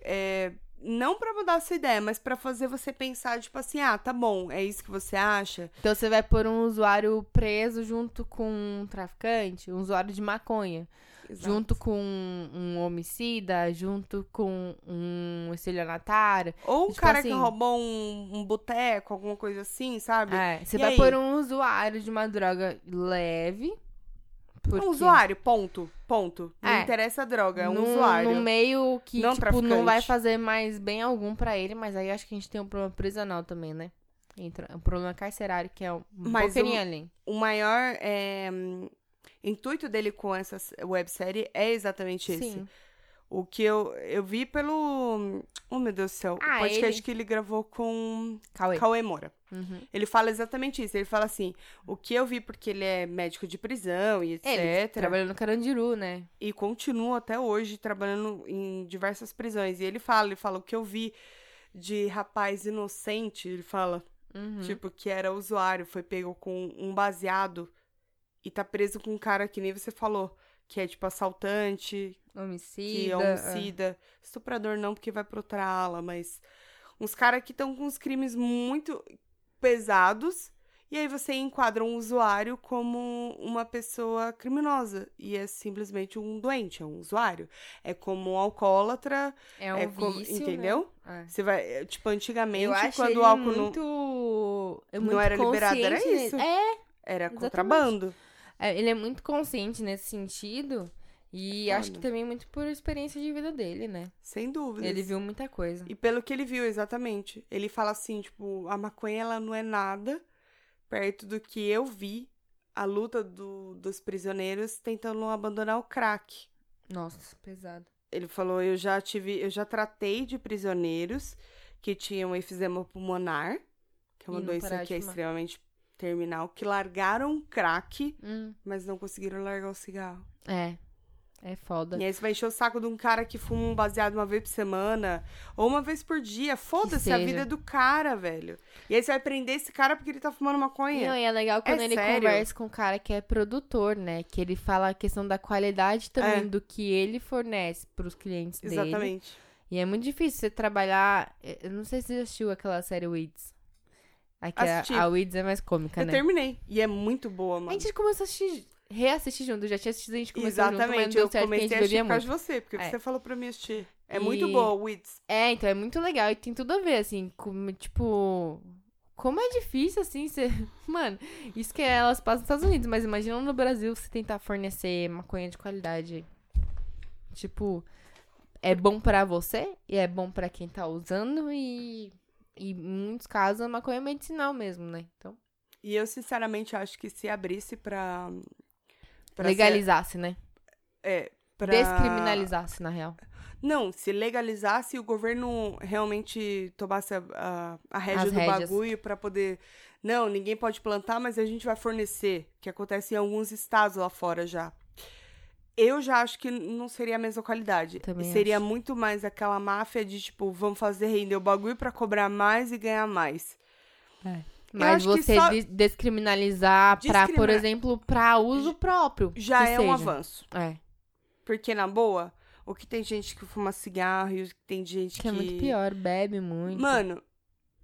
é, Não pra mudar a sua ideia, mas pra fazer você pensar, tipo assim, ah, tá bom, é isso que você acha?
Então você vai pôr um usuário preso junto com um traficante, um usuário de maconha,
Exato.
junto com um homicida, junto com um estelionatário.
Ou um
Tipo
cara que
assim-
roubou um, um boteco, alguma coisa assim, sabe?
É, você
E
vai
aí?
pôr um usuário de uma droga leve. porque
Um usuário, ponto, ponto. Não
É.
interessa a droga, é um
num-
usuário.
Num meio que,
Não
tipo, não vai
traficante.
fazer mais bem algum pra ele, mas aí acho que a gente tem um problema prisional também, né? Entra, um problema carcerário, que é um
Mas
pouquinho
o-
além.
O maior é, hum, intuito dele com essa s- websérie é exatamente esse.
Sim.
O que eu, eu vi pelo. Oh, meu Deus do céu.
Ah,
o podcast
ele-
que ele gravou com
Cauê.
Cauê Moura.
Uhum.
Ele fala exatamente isso. Ele fala assim: o que eu vi, porque ele é médico de prisão e etc.
É, Ele trabalhou no Carandiru, né?
e continua até hoje trabalhando em diversas prisões. E ele fala, ele fala o que eu vi de rapaz inocente, ele fala,
Uhum.
tipo, que era usuário, foi pego com um baseado e tá preso com um cara que nem você falou, que é tipo assaltante,
homicida.
que é homicida, estuprador não, porque vai pra outra ala, mas uns caras que estão com uns crimes muito pesados. E aí você enquadra um usuário como uma pessoa criminosa. E é simplesmente um doente, é um usuário. É como um alcoólatra.
É, é um
é como-
vício,
entendeu?
né? É.
Você vai. é, Tipo, antigamente,
Eu acho
quando
ele
o álcool não
muito... é
não
muito
era liberado, era
consciente, né?
isso.
É,
era
exatamente.
contrabando.
É, ele é muito consciente nesse sentido. E
É
acho que
foda.
também muito por experiência de vida dele, né?
Sem dúvida.
Ele viu muita coisa.
E pelo que ele viu, exatamente. Ele fala assim, tipo, a maconha ela não é nada perto do que eu vi a luta do- dos prisioneiros tentando abandonar o crack.
Nossa, pesado.
Ele falou, eu já tive, eu já tratei de prisioneiros que tinham efizema pulmonar, que é uma
E não
doença
pararam
que é
de fumar.
extremamente terminal, que largaram o crack,
Hum,
mas não conseguiram largar o cigarro.
é. É foda.
E aí você vai encher o saco de um cara que fuma um baseado uma vez por semana ou uma vez por dia. Foda-se a
seja.
vida é do cara, velho. E aí você vai prender esse cara porque ele tá fumando maconha.
Não, e é legal quando
É
ele
sério?
conversa com o cara que é produtor, né? Que ele fala a questão da qualidade também
É.
do que ele fornece pros clientes dele.
Exatamente.
E é muito difícil você trabalhar. eh, Eu não sei se você assistiu aquela série Weeds. Aqui a,
Assisti.
a Weeds é mais cômica,
Eu
né?
terminei. E é muito boa,
A
mano.
gente começou a assistir, reassistir junto. Eu já tinha assistido, a gente começou junto, mas não
Exatamente.
deu
Eu
certo que a gente
comecei a
bebia
assistir por causa
muito.
de você, porque
É.
você falou pra mim assistir. É
E-
muito boa, Wits.
É, então é muito legal e tem tudo a ver, assim, como, tipo. Como é difícil, assim, você. Mano, isso que elas passam nos Estados Unidos, mas imagina no Brasil você tentar fornecer maconha de qualidade. Tipo, é bom pra você e é bom pra quem tá usando e. E em muitos casos a maconha é medicinal mesmo, né? Então,
E eu, sinceramente, acho que se abrisse pra. pra
legalizasse, né?
ser- é, pra-
Descriminalizasse, na real.
Não, se legalizasse e o governo realmente tomasse a, a, a rédea
As
do
rédeas.
bagulho pra poder. Não, ninguém pode plantar, mas a gente vai fornecer, que acontece em alguns estados lá fora já. Eu já acho que não seria a mesma qualidade.
Também
seria
acho.
muito mais aquela máfia de tipo, vamos fazer render o bagulho pra cobrar mais e ganhar mais.
Mas
acho que
você
só-
des- descriminalizar pra, por
Discrimina-
exemplo, pra uso próprio.
Já
que
é um
seja.
avanço.
É.
Porque, na boa, o que tem gente que fuma cigarro e o que tem gente
Que é muito pior, bebe muito.
Mano,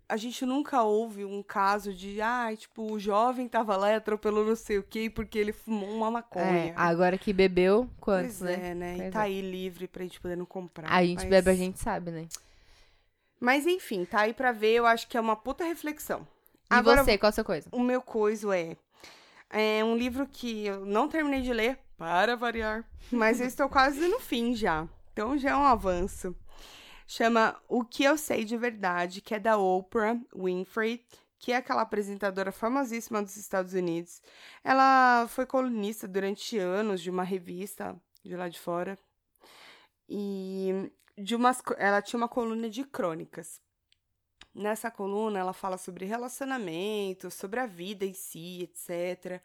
a gente nunca ouve um caso de, ai, tipo, o jovem tava lá e atropelou não sei o quê porque ele fumou uma maconha.
É, agora que bebeu,
pois
quantos, né?
é, né? E
Pois
tá
é.
aí livre pra gente poder não comprar.
A gente
mas-
bebe, a gente sabe, né?
Mas enfim, tá aí pra ver, eu acho que é uma puta reflexão.
E
Agora-
você, qual a sua coisa?
O meu coiso é, é um livro que eu não terminei de ler, para variar, mas eu estou quase no fim já. Então já é um avanço. Chama O que eu sei de verdade, que é da Oprah Winfrey, que é aquela apresentadora famosíssima dos Estados Unidos. Ela foi colunista durante anos de uma revista de lá de fora. E de umas, co- ela tinha uma coluna de crônicas. Nessa coluna, ela fala sobre relacionamento, sobre a vida em si, etc.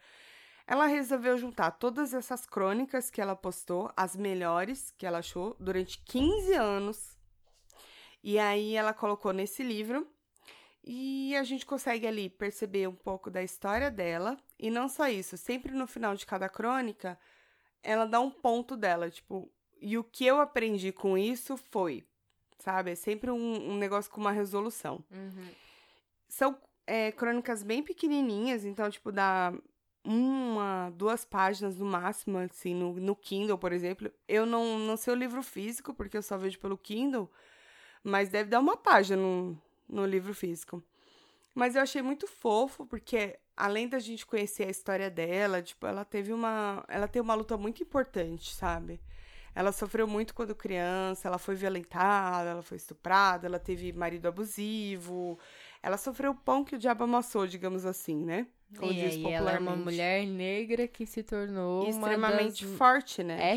Ela resolveu juntar todas essas crônicas que ela postou, as melhores que ela achou, durante 15 anos. E aí ela colocou nesse livro. E a gente consegue ali perceber um pouco da história dela. E não só isso, sempre no final de cada crônica, ela dá um ponto dela, tipo, e o que eu aprendi com isso foi, sabe? É sempre um, um negócio com uma resolução.
Uhum.
São é, crônicas bem pequenininhas, então, tipo, dá uma, duas páginas no máximo, assim, no, no Kindle, por exemplo. Eu não, não sei o livro físico, porque eu só vejo pelo Kindle, mas deve dar uma página no, no livro físico. Mas eu achei muito fofo, porque além da gente conhecer a história dela, tipo, ela teve uma. Ela tem uma luta muito importante, sabe? Ela sofreu muito quando criança, ela foi violentada, ela foi estuprada, ela teve marido abusivo. Ela sofreu o pão que o diabo amassou, digamos assim, né? Como
E
diz
aí ela é uma
popularmente.
mulher negra que se tornou
E
uma
extremamente
das...
forte, né?
É,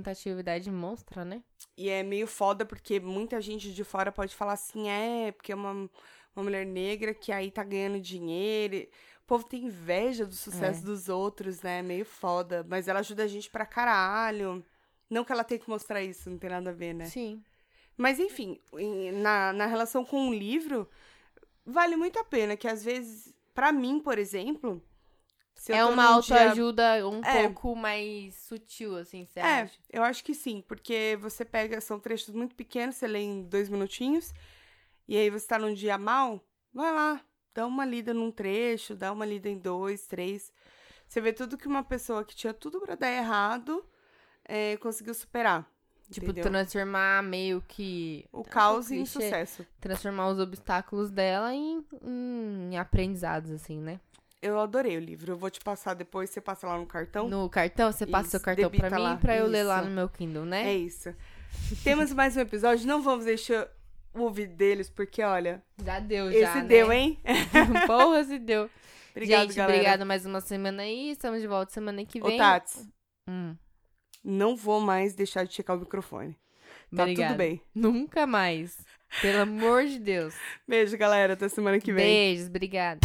representatividade monstra, né?
E é meio foda porque muita gente de fora pode falar assim, é, porque é uma, uma mulher negra que aí tá ganhando dinheiro. e- O povo tem inveja do sucesso
É.
dos outros, né? Meio foda. Mas ela ajuda a gente pra caralho. Não que ela tenha que mostrar isso, não tem nada a ver, né?
Sim.
Mas enfim, em- na, na relação com o livro, vale muito a pena. Que às vezes, pra mim, por exemplo. se eu
É
tô
uma
num dia
autoajuda um
É.
pouco mais sutil, assim, você
É,
acha?
eu acho que sim, porque você pega, são trechos muito pequenos, você lê em dois minutinhos, e aí você tá num dia mal, vai lá, dá uma lida num trecho, dá uma lida em dois, três. Você vê tudo que uma pessoa que tinha tudo pra dar errado é, conseguiu superar.
Tipo,
entendeu?
transformar meio que.
o caos
pouco
em
clichê.
sucesso.
Transformar os obstáculos dela em, em aprendizados, assim, né?
Eu adorei o livro, eu vou te passar depois, você passa lá no cartão.
No cartão, você passa
Então, Isso,
seu cartão pra
debita
mim
lá,
pra eu ler lá
isso.
no meu Kindle, né?
É isso. Temos mais um episódio, não vamos deixar o ouvido deles, porque olha,
Já deu,
esse
já. né?
deu, hein?
Porra, se deu.
Obrigado,
Gente,
galera.
obrigada mais uma semana aí. Estamos de volta semana que
Ô,
vem.
Tats,
Hum,
não vou mais deixar de checar o microfone. Tá
obrigada.
tudo bem.
Nunca mais. Pelo amor de Deus.
Beijo, galera. Até semana que vem.
Beijos, obrigada.